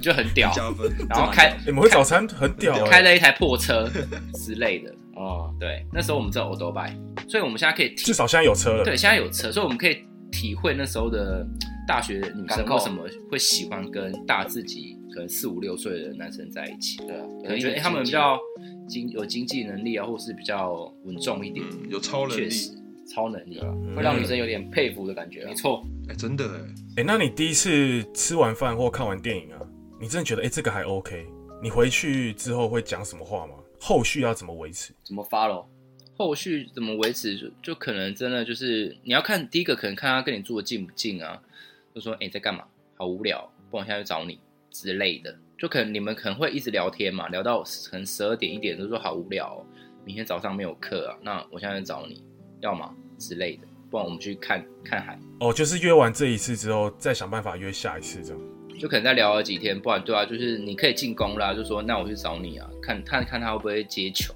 就很屌。加分。然后开你们会早餐很屌欸，开了一台破车之类的，哦，对，那时候我们只有 o d o b i 所以我们现在可以体至少现在有车了。 嗯对，现在有车，所以我们可以体会那时候的大学女生感受为什么会喜欢跟大自己可能四五六岁的男生在一起，对啊，可能觉得、欸他们比较经有经济能力啊，或是比较稳重一点，嗯，有超能确力实，超能力对，啊，会让女生有点佩服的感觉啊没。错，哎、真的哎，哎、那你第一次吃完饭或看完电影啊，你真的觉得哎、欸这个还 OK？你回去之后会讲什么话吗？后续要怎么维持？怎么 follow？后续怎么维持，就就可能真的就是你要看第一个，可能看他跟你住的近不近啊，就说哎、欸、在干嘛，好无聊，不然我现在去找你之类的，就可能你们可能会一直聊天嘛，聊到可能十二点一点，就说好无聊、哦，明天早上没有课啊，那我现在去找你，要吗之类的，不然我们去看看海，哦，就是约完这一次之后，再想办法约下一次这样。就可能再聊了几天，不然对啊，就是你可以进攻啦，就说那我去找你啊，看看看他会不会接球。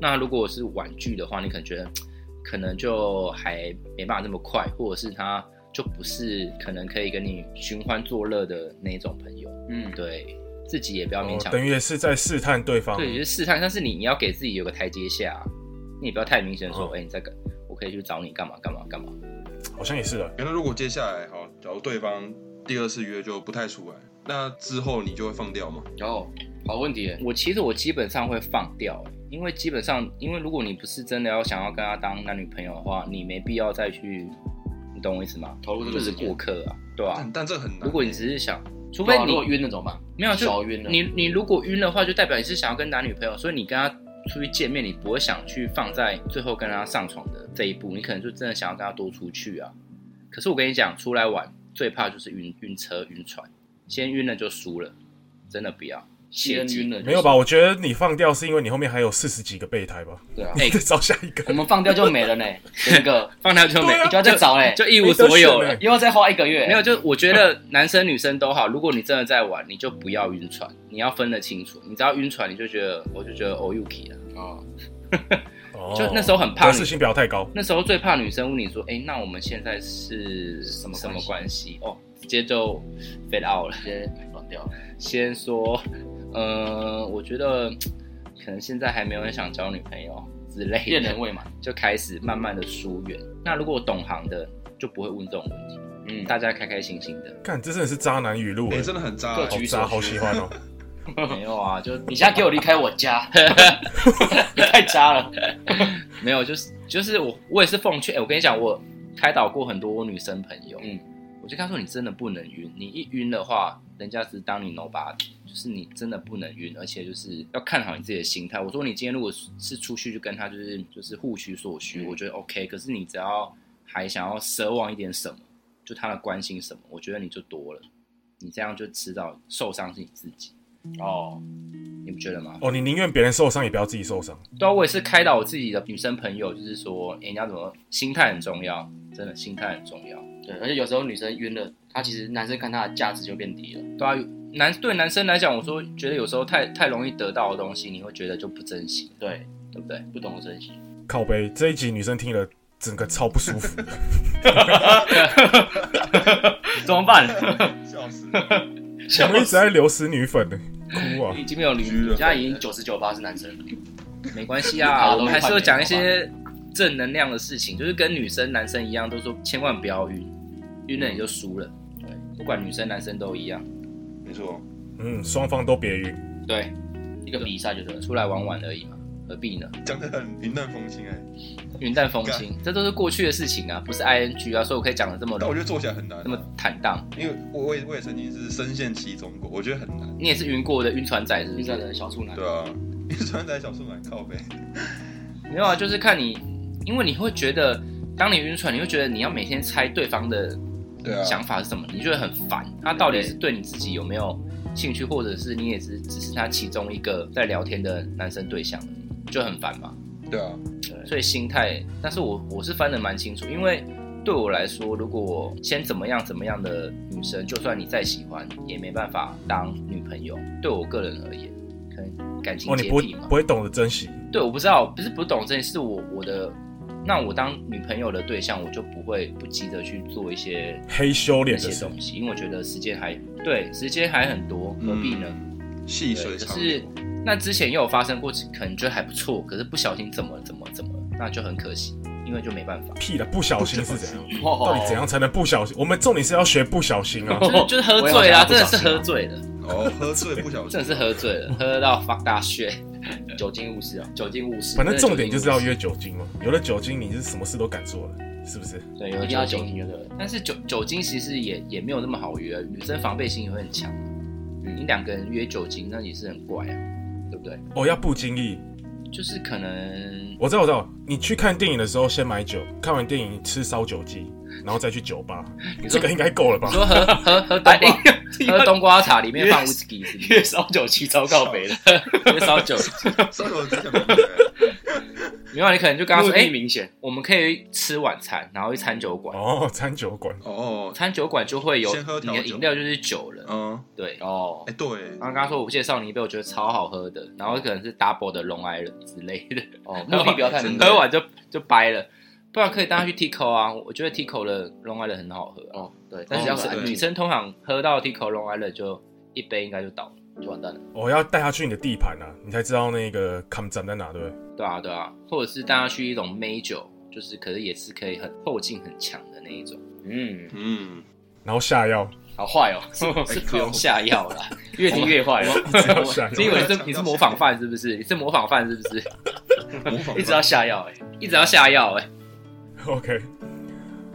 那如果是婉拒的话，你可能觉得可能就还没办法那么快，或者是他就不是可能可以跟你寻欢作乐的那种朋友。嗯，对自己也不要勉哦、强，等于也是在试探对方。对，就是试探，但是你你要给自己有个台阶下，啊你也不要太明显地说，哎、哦你在干，我可以去找你干嘛干嘛干嘛。好像也是啊。原哎来如果接下来好，假如对方第二次约就不太出来，那之后你就会放掉吗？然后好问题耶，我其实我基本上会放掉，因为基本上，因为如果你不是真的要想要跟他当男女朋友的话，你没必要再去，你懂我意思吗？投入这就个是时间过客啊，对吧、但但这很难。如果你只是想，除对非啊你如果晕了怎么办？没有小就晕了，你你如果晕的话，就代表你是想要跟男女朋友，所以你跟他出去见面，你不会想去放在最后跟他上床的这一步，你可能就真的想要跟他多出去啊。可是我跟你讲，出来玩最怕就是晕晕车、晕船，先晕了就输了，真的不要。先晕了，没有吧？？我觉得你放掉是因为你后面还有四十几个备胎吧？对啊，哎再找下一个 我。们放掉就没了呢，整个 放掉就没，对啊就要再找嘞，就一无所有没得选了欸。又要再花一个月，没有，就我觉得男生女生都好。如果你真的在玩，你就不要晕船，你要分得清楚。你只要晕船，你就觉得我就觉得 o yuki 了。哦，哦就那时候很怕得你失心不要太高。那时候最怕女生问你说：“哎、那我们现在是什么关系什么关系？”哦，直接就 fade out 了。直接软掉了， 先说，呃，我觉得可能现在还没有人想交女朋友之类恋的人，未满， 就开始慢慢的疏远。那如果懂行的，就不会问这种问题。嗯，大家开开心心 的，看，这真的是渣男语录哎、哎、真的很渣、各欸好局渣，好喜欢哦。没有啊，就你现在给我离开我 家，你 太渣了，没有，就是就是我我也是奉劝，哎、我跟你讲，我开导过很多女生朋友，嗯，我就跟她说，你真的不能晕，你一晕的话，人家只当你 nobody，就是你真的不能晕，而且就是要看好你自己的心态。我说你今天如果是出去就跟他就是就是互取所需，嗯我觉得 OK，可是你只要还想要奢望一点什么，就他的关心什么，我觉得你就多了，你这样就迟早受伤是你自己，哦，你不觉得吗？哦，你宁愿别人受伤，也不要自己受伤。对啊，我也是开导我自己的女生朋友，就是说，哎、你要怎么心态很重要，真的心态很重要。对，而且有时候女生晕了，她其实男生看她的价值就变低了，对啊，男对男生来讲，我说觉得有时候太太容易得到的东西，你会觉得就不珍惜，对，对不对？不懂得珍 惜，靠背这一集女生听了，整个超不舒 服。怎么办？ 笑死！我们一直在流失女粉呢、哭啊！ 你已经没有理，居我了现在已经九十九八是男生， 没关系大啊， 家我都们还是会讲一些正能量的事情，就是跟女生男生一样，都说千万不要晕，晕了你就输了。嗯对，不管女生男生都一样。没错，嗯，双方都别晕。对，一个比赛就对了，出来玩玩而已嘛，何必呢？讲的很云淡风轻哎、云淡风轻，这都是过去的事情啊，不是 ing 啊，所以我可以讲的这么但我觉得做起来很难、这么啊，坦荡。因为我我也我也曾经是深陷其中过，我觉得很难。你也是晕过的晕船仔，是不比赛是？的小处男，对啊，你穿在小树蛮靠背，没有啊，就是看你，因为你会觉得，当你晕船，你会觉得你要每天猜对方的对啊想法是什么，你就会很烦。他到底是对你自己有没有兴趣，或者是你也只只是他其中一个在聊天的男生对象而已，就很烦嘛。对啊，所以心态，但是我我是分的蛮清楚，因为对我来说，如果先怎么样怎么样的女生，就算你再喜欢，也没办法当女朋友。对我个人而言，可可能感情哦，你洁不癖会嘛不。会懂得珍惜对，我不知道，不是不懂这件事，我我的，那我当女朋友的对象，我就不会不急着去做一些黑羞那脸的些事，东西，因为我觉得时间还对，时间还很多，何必呢？嗯？细对，水可长是流。那之前也有发生过，可能觉得还不错，可是不小心怎么怎么怎么，那就很可惜，因为就没办法，屁的，不小心是怎样？哦到底怎样才能不小心？我们重点是要学不小心啊！就是就是喝我也醉好像啦，不真的小是心啊喝醉了，哦，喝醉不小心，真的是喝醉了，喝到 fuck 大血， 酒精误事啊？酒精误事。反正真的重点酒就精是要误事约酒精嘛，有了酒精，你是什么事都敢做了，是不是？对，有一定酒要酒精精，对不对？但是酒酒精其实也也没有那么好约，啊女生防备心也会很强。你两个人约酒精，那也是很怪啊，对不对？哦，要不经意。就是可能我知道，我知道，你去看电影的时候先买酒，看完电影吃烧酒鸡，然后再去酒吧，你这说个应该够了吧你？说喝喝喝哎冬瓜喝冬瓜茶里面放 whisky 是不是越烧酒气糟告别了，喝烧酒，上有这个名字没有你可能就跟他说，目的哎，明显。我们可以吃晚餐，然后去餐酒馆，哦，餐酒馆，哦，餐酒馆就会有先喝你调的酒饮料就是酒了，嗯，对。哦哎，对然，后跟他说，我介绍你一杯，我觉得超好喝的，然后可能是 double 的 Long Island 之类的。 哦，目的不要太明真确的。 喝完就就掰了。不然可以带他去 Tico 啊，我觉得 Tico 的 Long Island 很好喝啊、哦，对，但但是是要要是是对女生通常喝到 Tico Long Island 就一杯应该就倒了，就完蛋了。哦，要带他去你的地盘啊，你才知道那个抗战在哪，对不对？对啊对啊，或者是带他去一种美酒，就是可是也是可以很后劲很强的那一种，嗯，嗯，然后下药， 好坏哦， 是不用下药 啦。越听越坏 哦，一直要下是因药，为你是你是模仿犯是不是？你是模仿犯是不 是？模 仿一直要下药哎。欸一直要下药 哎、 OK，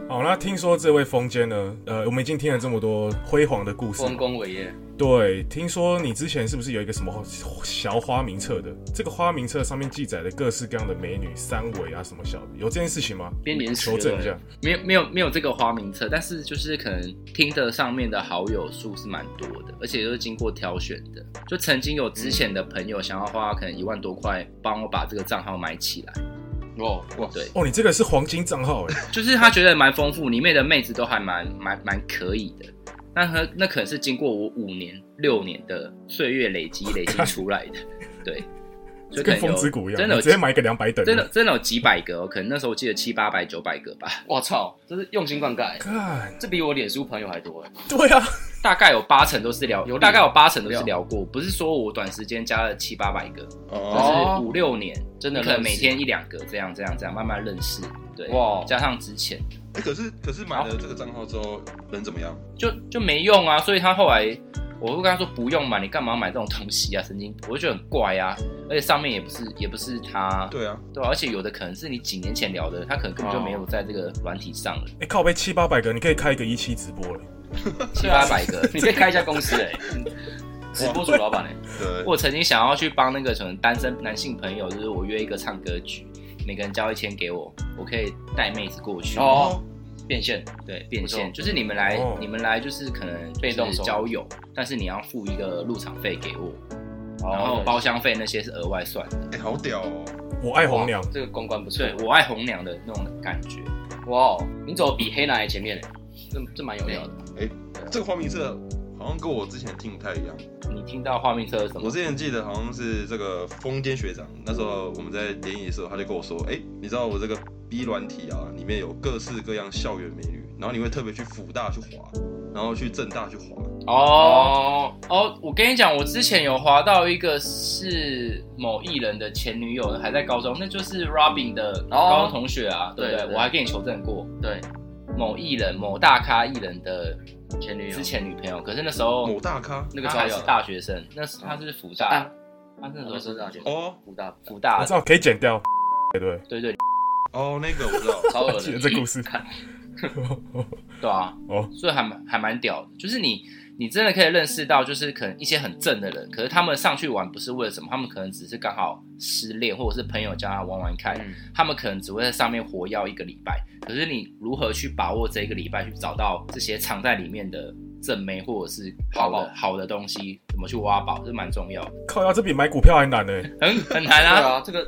好，那听说这位风间呢？呃，我们已经听了这么多辉煌的故事，丰功伟业，对，听说你之前是不是有一个什么小花名册的？这个花名册上面记载了各式各样的美女、三围啊什么小的，有这件事情吗？编年史求证一下。没有没有没有这个花名册，但是就是可能听的上面的好友数是蛮多的，而且都是经过挑选的。就曾经有之前的朋友想要花可能一万多块帮我把这个账号买起来，哦，哇，对哦，你这个是黄金账号哎、就是他觉得蛮丰富，里面的妹子都还蛮蛮蛮可以的。那和那可能是经过我五年六年的岁月累积累积出来的， 对，所以可跟能有风之谷一样，真的有你直接买个两百等。真的，真的有几百个、哦，可能那时候我记得七八百九百个吧，我操，这是用心灌溉，看，这比我脸书朋友还多哎。对啊，大概有八成都是聊，有大概有八成都是料聊过，不是说我短时间加了七八百个，哦，哦但是五六年真的你可能认识每天一两个这样这样这样慢慢认识，对，哇加上之前哎可是可是买了这个账号之后，人怎么样？就就没用啊，所以他后来我会跟他说不用嘛，你干嘛买这种东西啊，神经，我就觉得很怪啊，而且上面也不是也不是他，对啊，对啊、而且有的可能是你几年前聊的，他可能根本就没有在这个软体上了，哎、靠背七八百个，你可以开一个一期直播了。七八百个，你可以开一家公司哎，欸直播主老板哎，对，我曾经想要去帮那个什么单身男性朋友，就是我约一个唱歌局，每个人交一千给我，我可以带妹子过去。哦变现，对，变不现错就是你们来，哦你们来就是可能就是被动收入交友，但是你要付一个入场费给我，然然后包厢费那些是额外算的。哎，好屌哦，我爱红娘，这个公关不错对，我爱红娘的那种感觉，嗯哇，哦你走比黑男还前面哎，这这蛮有料的。这个花名册好像跟我之前听不太一样。你听到画面车是什我么？之前记得好像是这个风间学长，那时候我们在联谊的时候，他就跟我说，哎、你知道我这个 B 软体啊，里面有各式各样校园美女，然后你会特别去辅大去滑，然后去正大去滑，哦哦，我跟你讲，我之前有滑到一个是某艺人的前女友，还在高中，那就是 Robin 的高中同学啊，对不对对？对我还跟你求证过，对，某艺人、某大咖艺人的前女友之前女朋友，可是那时候某大咖那个她抓还药是，大学生，那是她是福大啊，她那时候我是是大学，哦武大福大 我知，道可以剪掉，对对对对哦，那个我知道，超恶记得的，这故事。 对啊，哦，所以还蛮还蛮屌的，就是你你真的可以认识到，就是可能一些很正的人，可是他们上去玩不是为了什么，他们可能只是刚好失恋，或者是朋友叫他玩玩看，嗯，他们可能只会在上面活跃一个礼拜，可是你如何去把握这一个礼拜，去找到这些藏在里面的正妹或者是挖好宝的好的东西，怎么去挖宝，这蛮重要的，靠呀，这比买股票还难呢、欸很很难对 啊。啊，这个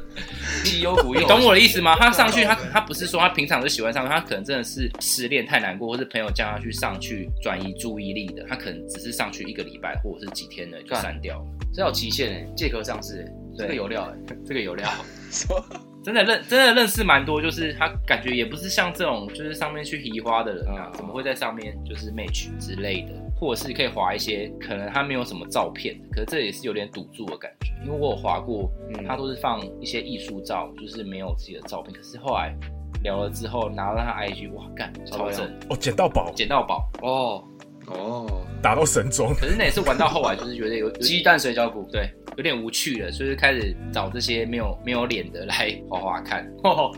绩优股你有，懂我的意思吗？啊他上去，他他不是说他平常就喜欢上去，他可能真的是失恋太难过，或是朋友叫他去上去转移注意力的，他可能只是上去一个礼拜或者是几天的就干删掉了。这有期限哎，借壳上市哎，这个有料哎，这个有料，什么？真的认真的认识蛮多，就是他感觉也不是像这种就是上面去移花的人啊，嗯怎么会在上面就是 match 之类的，或者是可以划一些可能他没有什么照片，可是这也是有点赌注的感觉，因为我有划过嗯他都是放一些艺术照，就是没有自己的照片。可是后来聊了之后，拿到他 IG，哇，干超超屌正，哦，捡到宝，捡到宝。哦，哦，打到神中，可是那也是玩到后来，就是觉得有鸡鸡蛋水饺股，对，有点无趣了，所以就开始找这些没有没有脸的来画画看。 哦，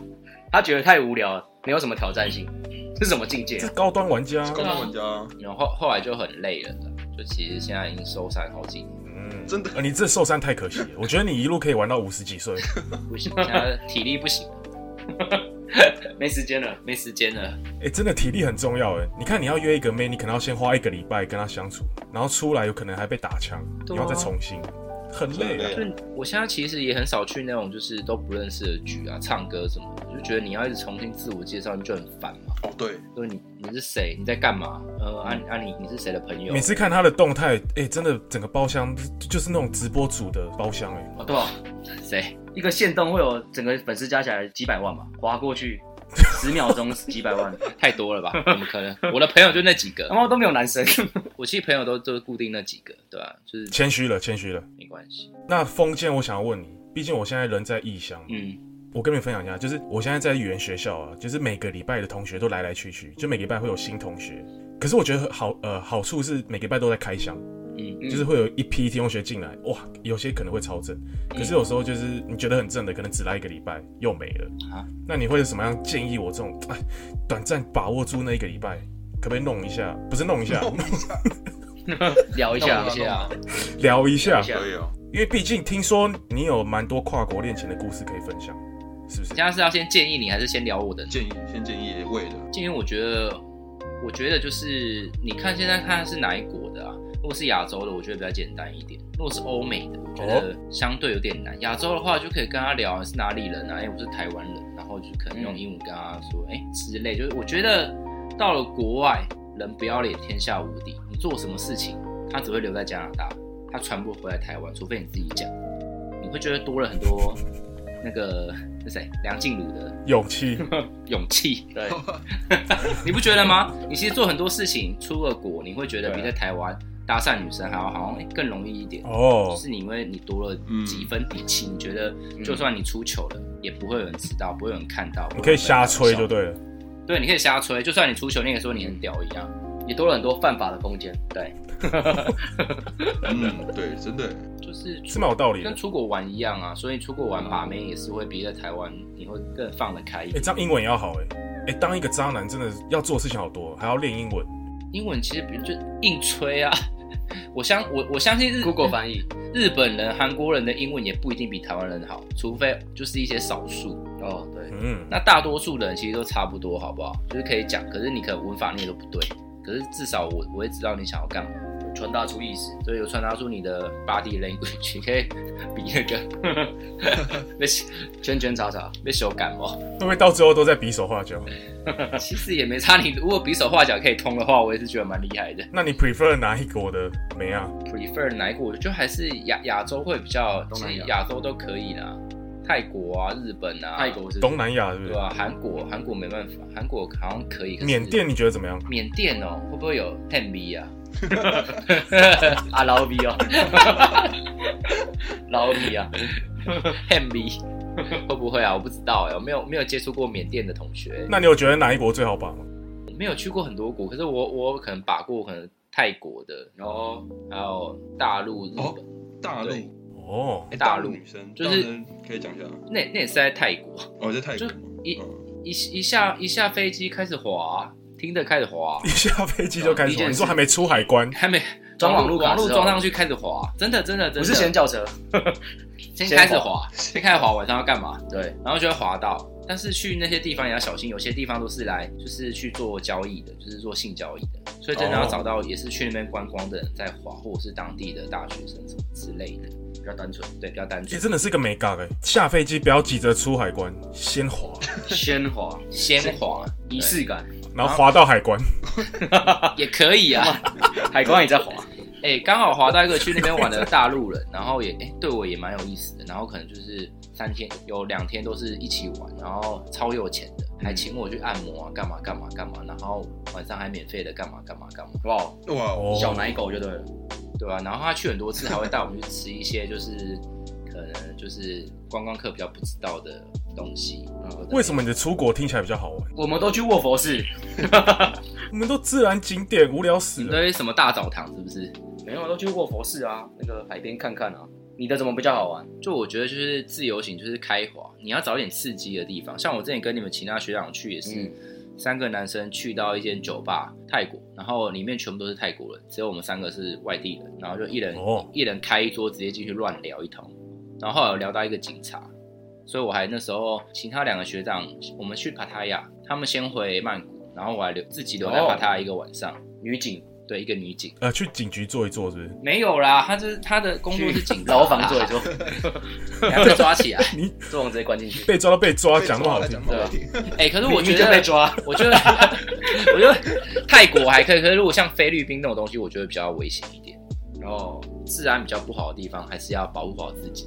他觉得太无聊了，没有什么挑战性，这是什么境界这啊？高端玩家。高端玩家啊然后后后来就很累了啦，就其实现在已经收山好几年，嗯，真的啊，你这受伤太可惜了。我觉得你一路可以玩到五十几岁，不行，现在体力不行，没时间了， 没时间了。哎、真的体力很重要哎。你看，你要约一个妹，你可能要先花一个礼拜跟她相处，然后出来有可能还被打枪，你对啊要再重新，很累啊。对我现在其实也很少去那种就是都不认识的局啊，唱歌什么的，就觉得你要一直重新自我介绍，你就很烦嘛。哦，对，就是你你是谁，你在干嘛？呃，啊啊你你是谁的朋友每？次看她的动态，哎、真的整个包厢就就是那种直播组的包厢哎。哦对吧？谁？一个线动会有整个粉丝加起来几百万吧，划过去十秒钟几百万， 太多了吧？怎么可能？我的朋友就那 几个然，后都没有男生。我其实朋友都都是固定那几个，对吧、啊就是谦虚了，谦虚了。没关系。那封建，我想要问你，毕竟我现在人在异乡，嗯，我跟你们分享一下，就是我现在在语言学校啊，就是每个礼拜的同学都来来去去，就每个礼拜会有新同学。可是我觉得好，呃，好处是每个礼拜都在开箱，嗯就是会有一批天空学进来，哇，有些可能会超正，可是有时候就是你觉得很正的，可能只来一个礼拜又没了啊。那你会有什么样建议我这种，哎，短暂把握住那一个礼拜，可不可以弄一下？不是弄一下，聊一下弄一，下啊，聊一下聊一，下可以哦。因为毕竟听说你有蛮多跨国恋情的故事可以分享，是不是现？在是要先建议你，还是先聊我的呢？建议先建议为了建议我觉得，我觉得就是你看现在看是哪一国的啊？如果是亚洲的，我觉得比较简单一点；如果是欧美的，我觉得相对有点难。亚洲的话，就可以跟他聊是哪里人啊，哎、我是台湾人，然后就可能用英文跟他说，哎、之类。就是我觉得到了国外，人不要脸，天下无敌。你做什么事情，他只会留在加拿大，他传不回来台湾，除非你自己讲。你会觉得多了很多那个是谁？梁静茹的勇气，勇气。对， 你不觉得吗？你其实做很多事情出了国，你会觉得比在台湾搭讪女生还要好像哎更容易一点。就啊哦，是你因为你多了几分底气，你觉得就算你出糗了，也不会有人知道，不会有人看到。嗯你可以瞎吹就对。对了。对，你可以瞎吹，就算你出糗，你也说你很屌一样。也多了很多犯法的空间。对，嗯，对，真的，就是是蛮有道理的跟。出国玩一样啊，所以出国玩把妹也是会比在台湾你会更放得开一哎、点。这样英文也要好哎、哎、当一个渣男真的要做的事情好多，还要练英文。英文其实比就硬吹啊， 我相我我相信日 Google 翻译日本人、韩国人的英文也不一定比台湾人好，除非就是一些少数。哦，对，嗯，那大多数人其实都差不多，好不好？就是可以讲，可是你可能文法念都不对，可是至少我我会知道你想要干嘛，传达出意思。所以有传达出你的 body language，你可以比那个 被圈圈叉叉，被手感 冒。会不会到最后都在比手画脚？其实也没差，你如果比手画脚可以通的话，我也是觉得蛮厉害的。那你 prefer 哪一国的美啊？ prefer 哪一国？我觉得还是亚亚洲会比较，东其南亚实亚洲都可以啦，泰国啊、日本啊、泰国是东南亚是不是对？啊，韩国韩国没办法，韩国好像可以。可是缅甸你觉得怎么样？缅甸哦，会不会有 h a m b 啊？ 啊，老 V 哦，老 V 啊， h a m b 会不会啊？我不知道哎、我没有没有接触过缅甸的同学，那你有觉得哪一国最好把吗？没有去过很多国，可是我我可能把过可能泰国的，然哦后还有大陆、日本，哦大陆对，哦，哎大大陆陆女生，就是大陆生可以讲一下吗，那那也是在泰国，哦，在泰国就嘛，一嗯一一下一下飞机开始滑，听着开始滑一，下飞机就开始第一件玩，你事说还没出海关，还没 装网网路卡网之路后装上去开始滑，真的真的真的，不是先叫车，先先开始滑 滑，先开始滑，晚上要干嘛？对，然后就会滑到，但是去那些地方也要小心，有些地方都是来就是去做交易的，就是做性交易的，所以真的要哦找到也是去那边观光的人在滑，或者是当地的大学生什么之类的，比较单纯。对，比较单这纯。真的是个美嘎哎！下飞机不要急着出海关，先滑，鲜滑，先滑仪式感，然后滑到海关。也可以啊，海关也在滑，哎、刚好滑到一个去那边玩的大陆人，然后也哎、对我也蛮有意思的，然后可能就是三天有两天都是一起玩，然后超有钱的，还请我去按摩啊，干嘛干嘛干嘛，然后晚上还免费的干嘛干嘛干嘛，哇，哇，哦小奶狗就对了，对吧、然后他去很多次，还会带我们去吃一些就是可能就是观光客比较不知道的东西。为什么你的出国听起来比较好玩？我们都去卧佛寺，我们都自然景点，无聊死你了。对什么大澡堂是不是？没有都去卧佛寺啊，那个海边看看啊。你的怎么比较好玩？就我觉得就是自由行就是开滑，你要找一点刺激的地方。像我之前跟你们其他学长去也是，嗯三个男生去到一间酒吧，泰国，然后里面全部都是泰国人，只有我们三个是外地人，然后就一人、哦一人开一桌，直接进去乱聊一通，然后后来有聊到一个警察，所以我还那时候其他两个学长，我们去帕塔亚，他们先回曼谷，然后我还留自己留在哦帕塔亚一个晚上，女警对，一个女警呃，去警局坐一坐，是不是？没有啦，他就是他的工作去是警察啦牢房坐一，坐， 然后被抓起 来，这种直接关进去，被抓到被抓，被讲那么抓好了听讲。不好听，哎、可是我觉明明就被得。抓，我觉得，我觉得泰国还可以，可是如果像菲律宾那种东西，我觉得比较危险一点。然后治安比较不好的地方，还是要保护好自己。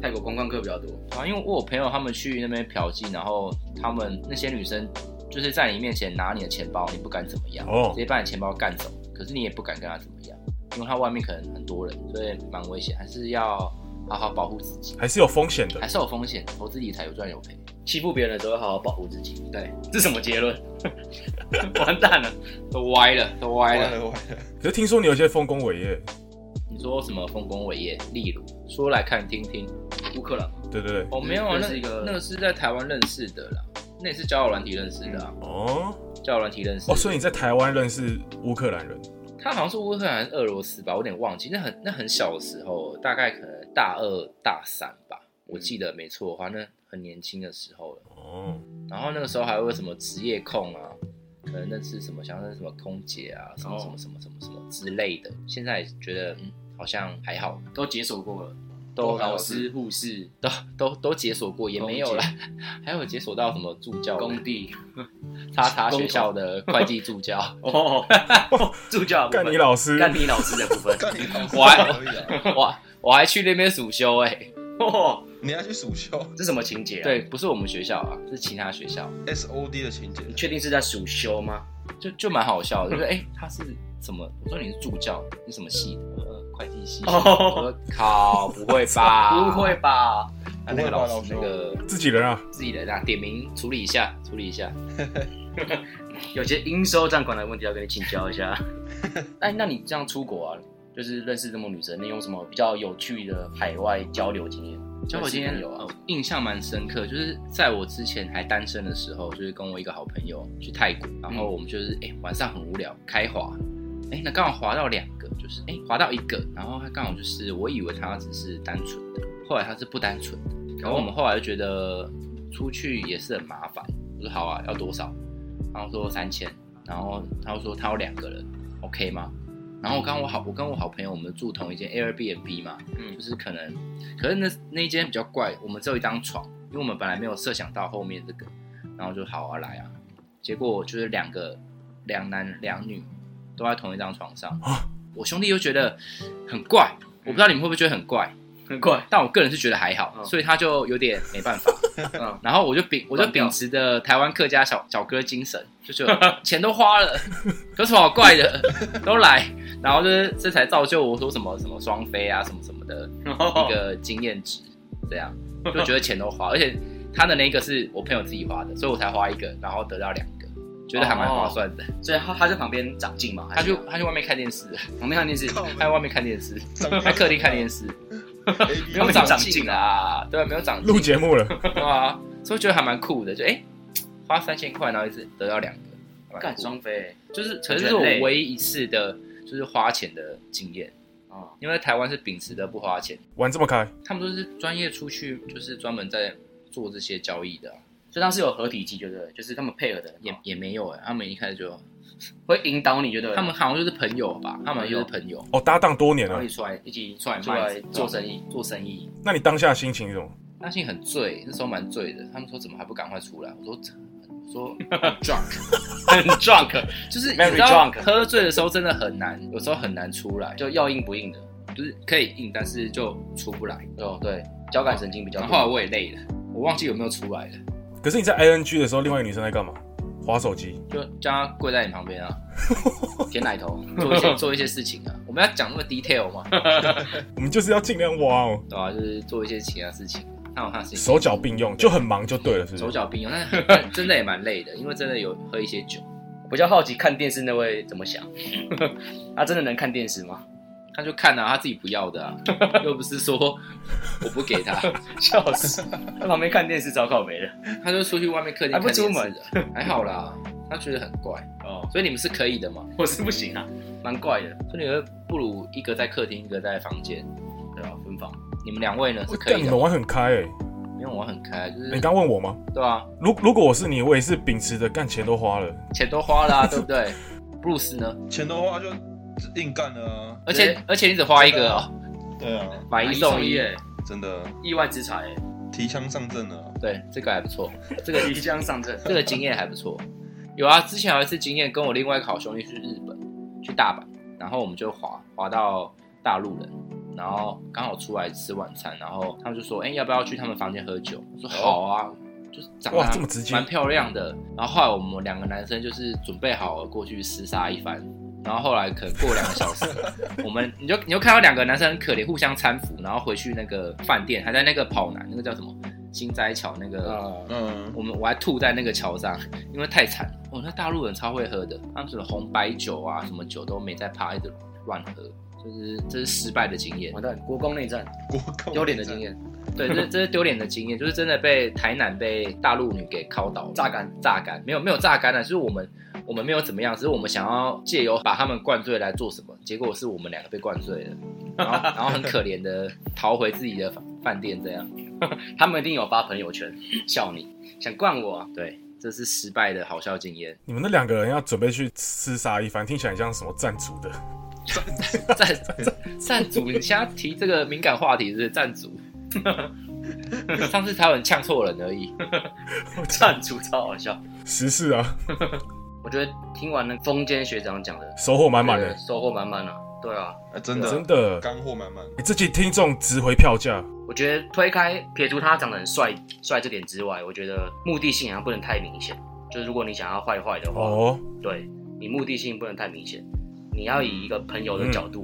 泰国观光客比较多，啊，因为我有朋友他们去那边嫖妓，然后他们那些女生就是在你面前拿你的钱包，你不敢怎么样，哦直接把你钱包干走，可是你也不敢跟他怎么样，因为他外面可能很多人，所以蛮危险，还是要好好保护自己，还是有风险的还。是有风险，投资理财有赚有赔。欺负别人的时候要好好保护自己。对，这什么结论？完蛋了，都歪了，都歪完 了。了完了，可是听说你有一些丰功伟业，你说什么丰功伟业？例如说来看听听。乌克兰对对对。哦，没有啊，认那识一个那个是在台湾认识的啦，那也是交友软体认识的啊，哦交友软体认识的。哦，所以你在台湾认识乌克兰人，他好像是乌克兰还是俄罗斯吧，我有点忘记。那很那很小的时候，大概可能大二大三吧，我记得没错的话，那很年轻的时候了。哦，然后那个时候还会有什么职业控啊，可能那是什么像是什么空姐啊，什么哦什么什么什么什么之类的。现在觉得嗯，好像还好，都解锁过了，都老师、护士、都都都解锁过，也没有啦空， 还有解锁到什么助教的工地。叉叉学校的会计助教， 哦，助教的干部你分，老师，干你老师的部分，干你老师我还可以啊，哇，我还去那边暑修哎、哦，你还去暑修 这什么情节啊？对，，不是我们学校啊，是其他学校， S O D 的情节，你确定是在暑修吗？就就蛮好笑的，就是哎、欸他是怎么？我说你是助教，你什么系？呃，会计系。我 哦，说靠，不会吧？不会，吧？那个不会吧老啊老师师哦那个自己人啊，自己人啊，点名处理一下，处理一下。有些应收账款的问题要跟你请教一 下。哎，那你这样出国啊，就是认识这么多女生，你有什么比较有趣的海外交流经验？就我今天有啊呃，印象蛮深刻，就是在我之前还单身的时候，就是跟我一个好朋友去泰国，然嗯后我们就是哎、诶晚上很无聊开滑，哎、那刚好滑到两个，就是哎、诶滑到一个，然后他刚好就是我以为他只是单纯的，后来他是不单纯的，然后我哦们后来就觉得出去也是很麻烦，我说好啊，要多少？然后说三千，然后他说他有两个人，OK 吗？然后我跟我好，我跟我好朋友，我们住同一间 Airbnb 嘛，嗯就是可能，可是那那一间比较怪，我们只有一张床，因为我们本来没有设想到后面这个，然后就好啊来啊，结果就是两个两男两女都在同一张床上啊，我兄弟又觉得很怪，我不知道你们会不会觉得很怪，很快，但我个人是觉得还好，嗯所以他就有点没办法，嗯，然后我就秉我就断掉秉持着台湾客家小小哥精神，就觉得钱都花了， 有什么好怪的，都来，然后就是这才造就我说什么什么双飞啊什么什么的哦一个经验值，这样就觉得钱都花，而且他的那个是我朋友自己花的，所以我才花一个，然后得到两个，觉得还蛮划算的。所以他他在旁边长进嘛，他还是去他去外面看电视，旁边看电视，靠他在外面看电视，他客厅看电视， A 没 B 有们长长进进啊，对，没有长进录，节目了， 对啊，所以我觉得还蛮酷的，就哎、花三千块，然后一次得到两个，还蛮干酷的双飞欸就是，觉可得是是我累唯一一次的，就是花钱的经验，啊，因为台湾是秉持的不花钱，玩这么开，他们都是专业出去，就是专门在做这些交易的啊、所以当时有合体技，就对了，就是他们配合的也也没有哎、他们一开始就，会引导你，就对了。他们好像就是朋友吧，他们就是朋友，哦，搭档多年然后了一，起出来一起出来出来卖做生意，做生意。那你当下心情是什么？那信很醉，那时候蛮醉的。他们说怎么还不赶快出来？我说我 说 I'm drunk，很 drunk， 就是你 Very 知道 drunk 喝醉的时候真的很难，有时候很难出来，就就要硬不硬的。就是可以硬，但是就出不来。哦，对，交感神经比较然多。后后来我也累了，我忘记有没有出来了，可是你在 ING 的时候，另外一个女生在干嘛？划手机。就叫他跪在你旁边 啊，舔奶头，做一些做一些事情啊。我们要讲那么 detail 嘛，我们就是要尽量挖哦，对吧、啊就是做一些其他事情，他有他的事情。手脚并用，就很忙就对了，是不手是？脚并用，但是但真的也蛮累的，因为真的有喝一些酒。我比较好奇看电视那位怎么想， 他真的能看电视吗？他就看啊，他自己不要的啊， 又不是说我不给他，笑 死，在旁边看电视糟糕没了。他就出去外面客厅还不看出电视门的，还好啦，他觉得很怪，哦，所以你们是可以的嘛，我是不行啊，蛮怪的。所以你们不如一个在客厅，一个在房间，对啊，分房。你们两位呢是我可干以你啊嗯的们，玩很开哎、因为我很开，就是你刚问我吗？对啊，如如果我是你，我也是秉持着干钱都花了，钱都 花了、啊，对不对？布鲁斯呢？钱的话就硬干了啊。而且而且你只花一个、哦，对啊，买一送一，哎，真的意外之财提枪上阵了啊。对，这个还不错，这个哎，即将上阵。这个经验还不错。有啊，之前有一次经验，跟我另外一个好兄弟去日本，去大阪，然后我们就滑滑到大陆人，然后刚好出来吃晚餐，然后他们就说，哎、要不要去他们房间喝酒？我说好啊，就是长哇得这么直接蛮漂亮的。然后后来我们两个男生就是准备好了过去厮杀一番。然后后来可能过两个小时，我们你就你就看到两个男生很可怜，互相搀扶，然后回去那个饭店，还在那个跑男那个叫什么新斋桥那个啊，嗯，我们我还吐在那个桥上，因为太惨了。哦，那大陆人超会喝的，他们什么红白酒啊，什么酒都没在怕，一直乱喝，就是这是失败的经验完。蛋，国光内战，国共丢脸的经验，对，这这是丢脸的经验，就是真的被台南被大陆女给敲倒了榨干，榨干，没有没有榨干啊，就是我们我们没有怎么样，只是我们想要借由把他们灌醉来做什么，结果是我们两个被灌醉了，然后然后很可怜的逃回自己的饭饭店这样。 他们一定有发朋友圈笑你，想灌我啊？对，这是失败的好笑经验。你们那两个人要准备去厮杀一番，听起来像什么赞助的？ 赞赞主，你现在提这个敏感话题是不是赞主。 上次他有人呛错人而 已，赞助超好笑。时事啊，我觉得听完了风间学长讲的，收获满满觉的得，收获满满啊。对啊，哎，真的真的。干货满满。欸、这期听众值回票价，我觉得推开撇除他长得很帅帅这点之外，我觉得目的性好像不能太明显。就是如果你想要坏坏的话，哦，对你目的性不能太明显，你要以一个朋友的角度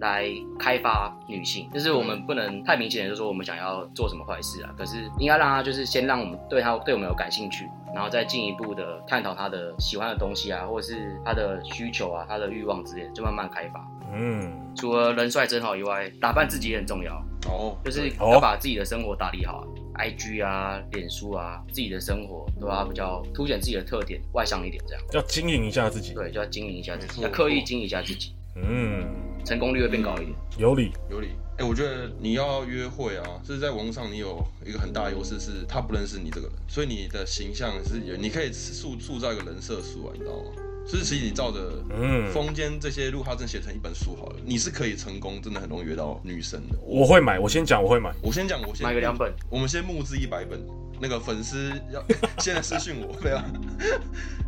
来开发女性，就是我们不能太明显的就说我们想要做什么坏事啊，可是应该让她就是先让我们对她对我们有感兴趣，然后再进一步的探讨她的喜欢的东西啊，或者是她的需求啊、她的欲望之类的，就慢慢开发。嗯，除了人帅真好以外，打扮自己也很重要。哦，就是哦要把自己的生活打理好、啊、，IG 啊、脸书啊，自己的生活都要比较凸显自己的特点，外向一点这样。要经营一下自己，对，就要经营一下自没己，错要刻意经营一下自己，嗯，成功率会变高一点。嗯有理，有理。哎、我觉得你要约会啊，就是在网络上你有一个很大的优势是他不认识你这个人，所以你的形象是有，你可以塑塑造一个人设书啊，你知道吗？就是其实你照着嗯，风间这些，如果他真写成一本书好了，你是可以成功，真的很容易约到女生的。我会买，我先讲我会买，我先讲，我先买个两本，我们先募资一百本，那个粉丝要现在私讯我，对 啊，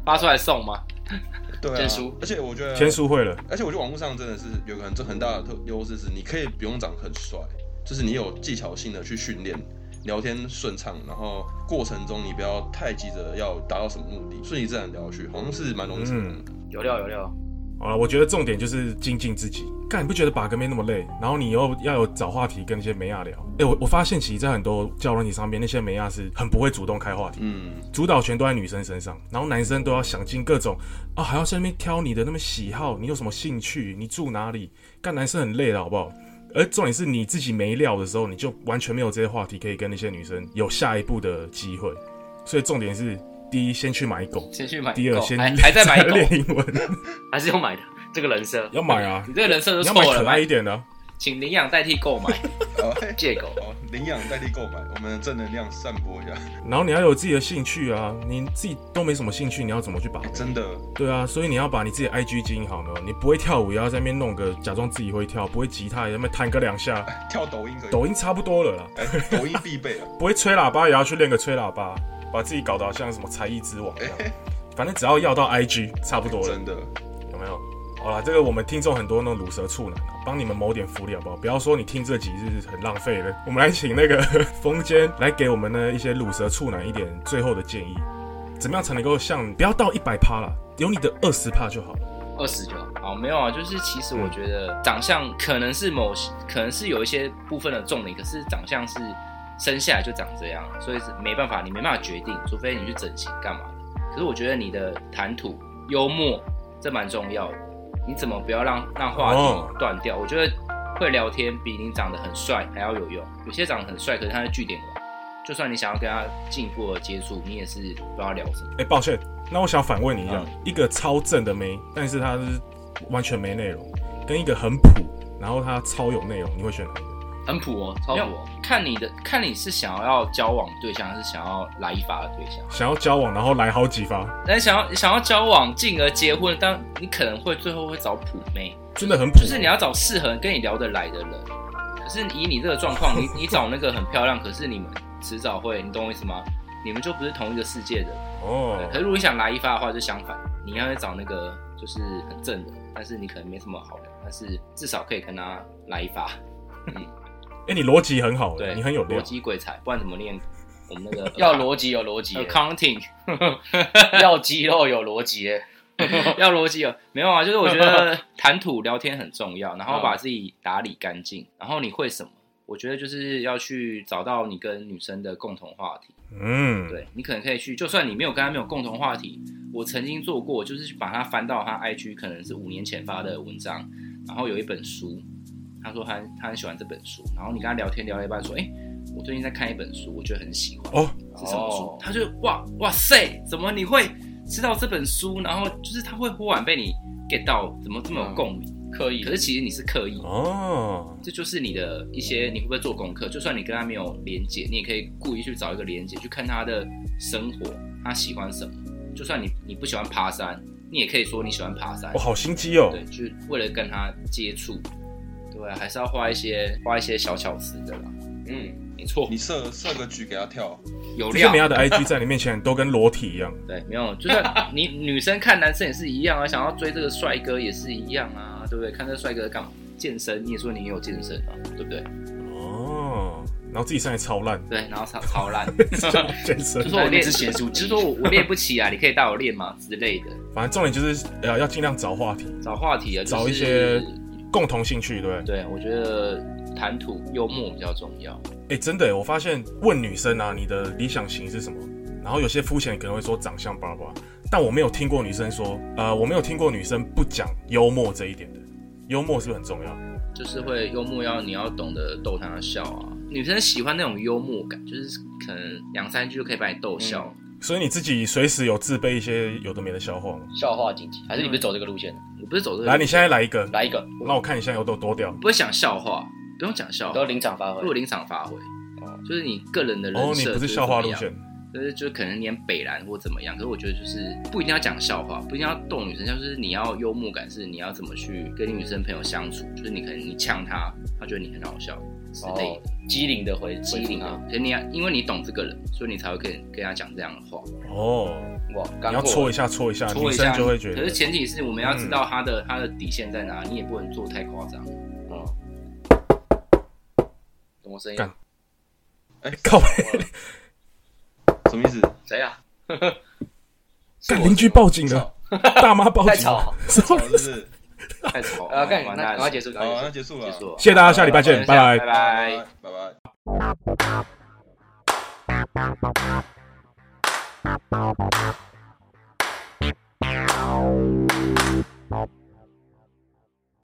发出来送吗？对啊，签书而且我觉得签书会了，而且我觉得网络上真的是有个很这很大的特优势是，你可以不用长很帅，就是你有技巧性的去训练，聊天顺畅，然后过程中你不要太急着要达到什么目的，顺其自然聊下去，好像是蛮容易成嗯功的。有料有料，好了，我觉得重点就是精进自己，干，你不觉得把哥没那么累，然后你又要有找话题跟那些美亚聊，哎、我我发现其实在很多交友软体上面，那些美亚是很不会主动开话题，嗯，主导权都在女生身上，然后男生都要想尽各种啊，还要在那边挑你的那么喜好，你有什么兴趣，你住哪里，干男生很累的好不好？而重点是你自己没料的时候，你就完全没有这些话题可以跟那些女生有下一步的机会，所以重点是第一先去买狗，先去买第二狗， 先还还在买狗，练英文，还是要买的这个人设。要买啊，你这个人设都你要错买了可吧爱一？点的啊、请领养代替购买。好，嘿借狗。好，领养代替购买，我们的正能量散播一下。然后你要有自己的兴趣啊，你自己都没什么兴趣，你要怎么去把哎握？真的，对啊，所以你要把你自己的 IG 经营好呢。你不会跳舞，也要在那边弄个假装自己会跳；不会吉他，也在那边弹个两下。跳抖音可以，抖音差不多了啦，哎，抖音必 备啊。不会吹喇叭，也要去练个吹喇叭，把自己搞得好像什么才艺之王一 样。反正只要要到 IG，差不多了。真的，有没有？好啦，这个我们听众很多那种乳蛇处男啊，帮你们谋点福利好不好？不要说你听这集是很浪费的，我们来请那个 风间来给我们的一些乳蛇处男一点最后的建议，怎么样才能够像不要到一百趴啦，有你的二十趴就好了。二十就好，没有啊，就是其实我觉得长相可能是某，可能是有一些部分的重点，可是长相是生下来就长这样，啊所以是没办法，你没办法决定，除非你去整形干嘛的。可是我觉得你的谈吐、幽默，这蛮重要的。你怎么不要让让话哦题断掉？我觉得会聊天比你长得很帅还要有用。有些长得很帅，可是他是据点王，就算你想要跟他进一步的接触，你也是不知道聊什么。哎、抱歉，那我想反问你一下，嗯一个超正的妹，但是她是完全没内容，跟一个很普，然后她超有内容，你会选哪一个？很普哦，超没普有哦。看你的，看你是想要交往对象，还是想要来一发的对象？想要交往，然后来好几发，但想要想要交往，进而结婚，但你可能会最后会找普妹，真的很普。就是你要找适合跟你聊得来的人。可是以你这个状况，你你找那个很漂 亮，可是你们迟早会，你懂我意思吗？你们就不是同一个世界的。哦对，可是如果你想来一发的话，就相反，你要找那个就是很正的，但是你可能没什么好聊，但是至少可以跟他来一发。哎、你逻辑很好，对，你很有逻料。辑鬼才，不然怎么练我们那个要逻辑有逻辑的， accounting 要肌肉有逻辑的。要逻辑哦，没有啊，就是我觉得谈吐聊天很重要，然后把自己打理干净，然后你会什么？我觉得就是要去找到你跟女生的共同话题，嗯，对你可能可以去，就算你没有跟她没有共同话题，我曾经做过，就是去把她翻到她 IG 可能是五年前发的文章，然后有一本书，她说她她很喜欢这本书，然后你跟她聊天聊到一半说，哎、我最近在看一本书，我觉得很喜欢。哦，是什么书？哦他就哇哇塞，怎么你会知道这本书？然后就是他会忽然被你 get 到，怎么这么有共鸣？嗯刻意可是其实你是刻意，哦，这就是你的一些你会不会做功课？就算你跟他没有连接，你也可以故意去找一个连接，去看他的生活，他喜欢什么。就算你你不喜欢爬山，你也可以说你喜欢爬山我、，好心机哦。对，就是为了跟他接触。对，啊还是要花一些花一些小巧思的啦。嗯，没错你，设设个局给他跳，有就是料你。 要的 IG 在你面前都跟裸体一样，对，没有，就 算你女生看男生也是一样啊，想要追这个帅哥也是一样啊，对不对？看这个帅哥干嘛？健身，你也说你也有健身啊，对不对？哦，然后自己上来超烂，对，然后超超 烂， 健就身说我那练只咸酥鸡就说我我练不起啊，你可以带我练吗之类的，反正重点就是呃要尽量找话题，找话题啊，就是找一些共同兴趣，对不对？对，我觉得谈吐幽默比较重要。哎、真的耶，我发现问女生啊，你的理想型是什么？然后有些肤浅可能会说长相巴拉巴拉，但我没有听过女生说，呃，我没有听过女生不讲幽默这一点的，幽默是不是很重要？就是会幽默要你要懂得逗她笑啊，女生喜欢那种幽默感，就是可能两三句就可以把你逗笑。所以你自己随时有自备一些有的没的笑话吗？笑话紧急，还是你不是走这个路线的？我不是走这个，来，你现在来一个，来一个，让我看一下有多多屌。不会想笑话，不用讲笑话，都临场发挥如。果临场发挥哦，就是你个人的人哦，你设、不是笑话路线，，就是就可能演北兰或怎么样。可是我觉得就是不一定要讲笑话，不一定要逗女生，就是你要幽默感，是你要怎么去跟你女生朋友相处，就是你可能你呛她，她觉得你很好笑之类哦的。，机灵的回机机灵灵啊啊！，可是你要，因为你懂这个人，所以你才会跟跟她讲这样的话，哦，哇，你刚要过戳了一下戳一下，戳女一下生就会觉可是得前提是我们要知道她的她、的底线在哪，你也不能做太夸张。嗯，什么声音干？哎，靠背， 什么意思？谁啊？是干我邻居报警了，大妈报太警了 吵，是好，吧是不是？ 太吵了，啊！干，完那蛋赶了快结束，赶好，那快结结束束。了，结束了，谢谢大家，下礼拜见，拜拜拜。拜。拜拜。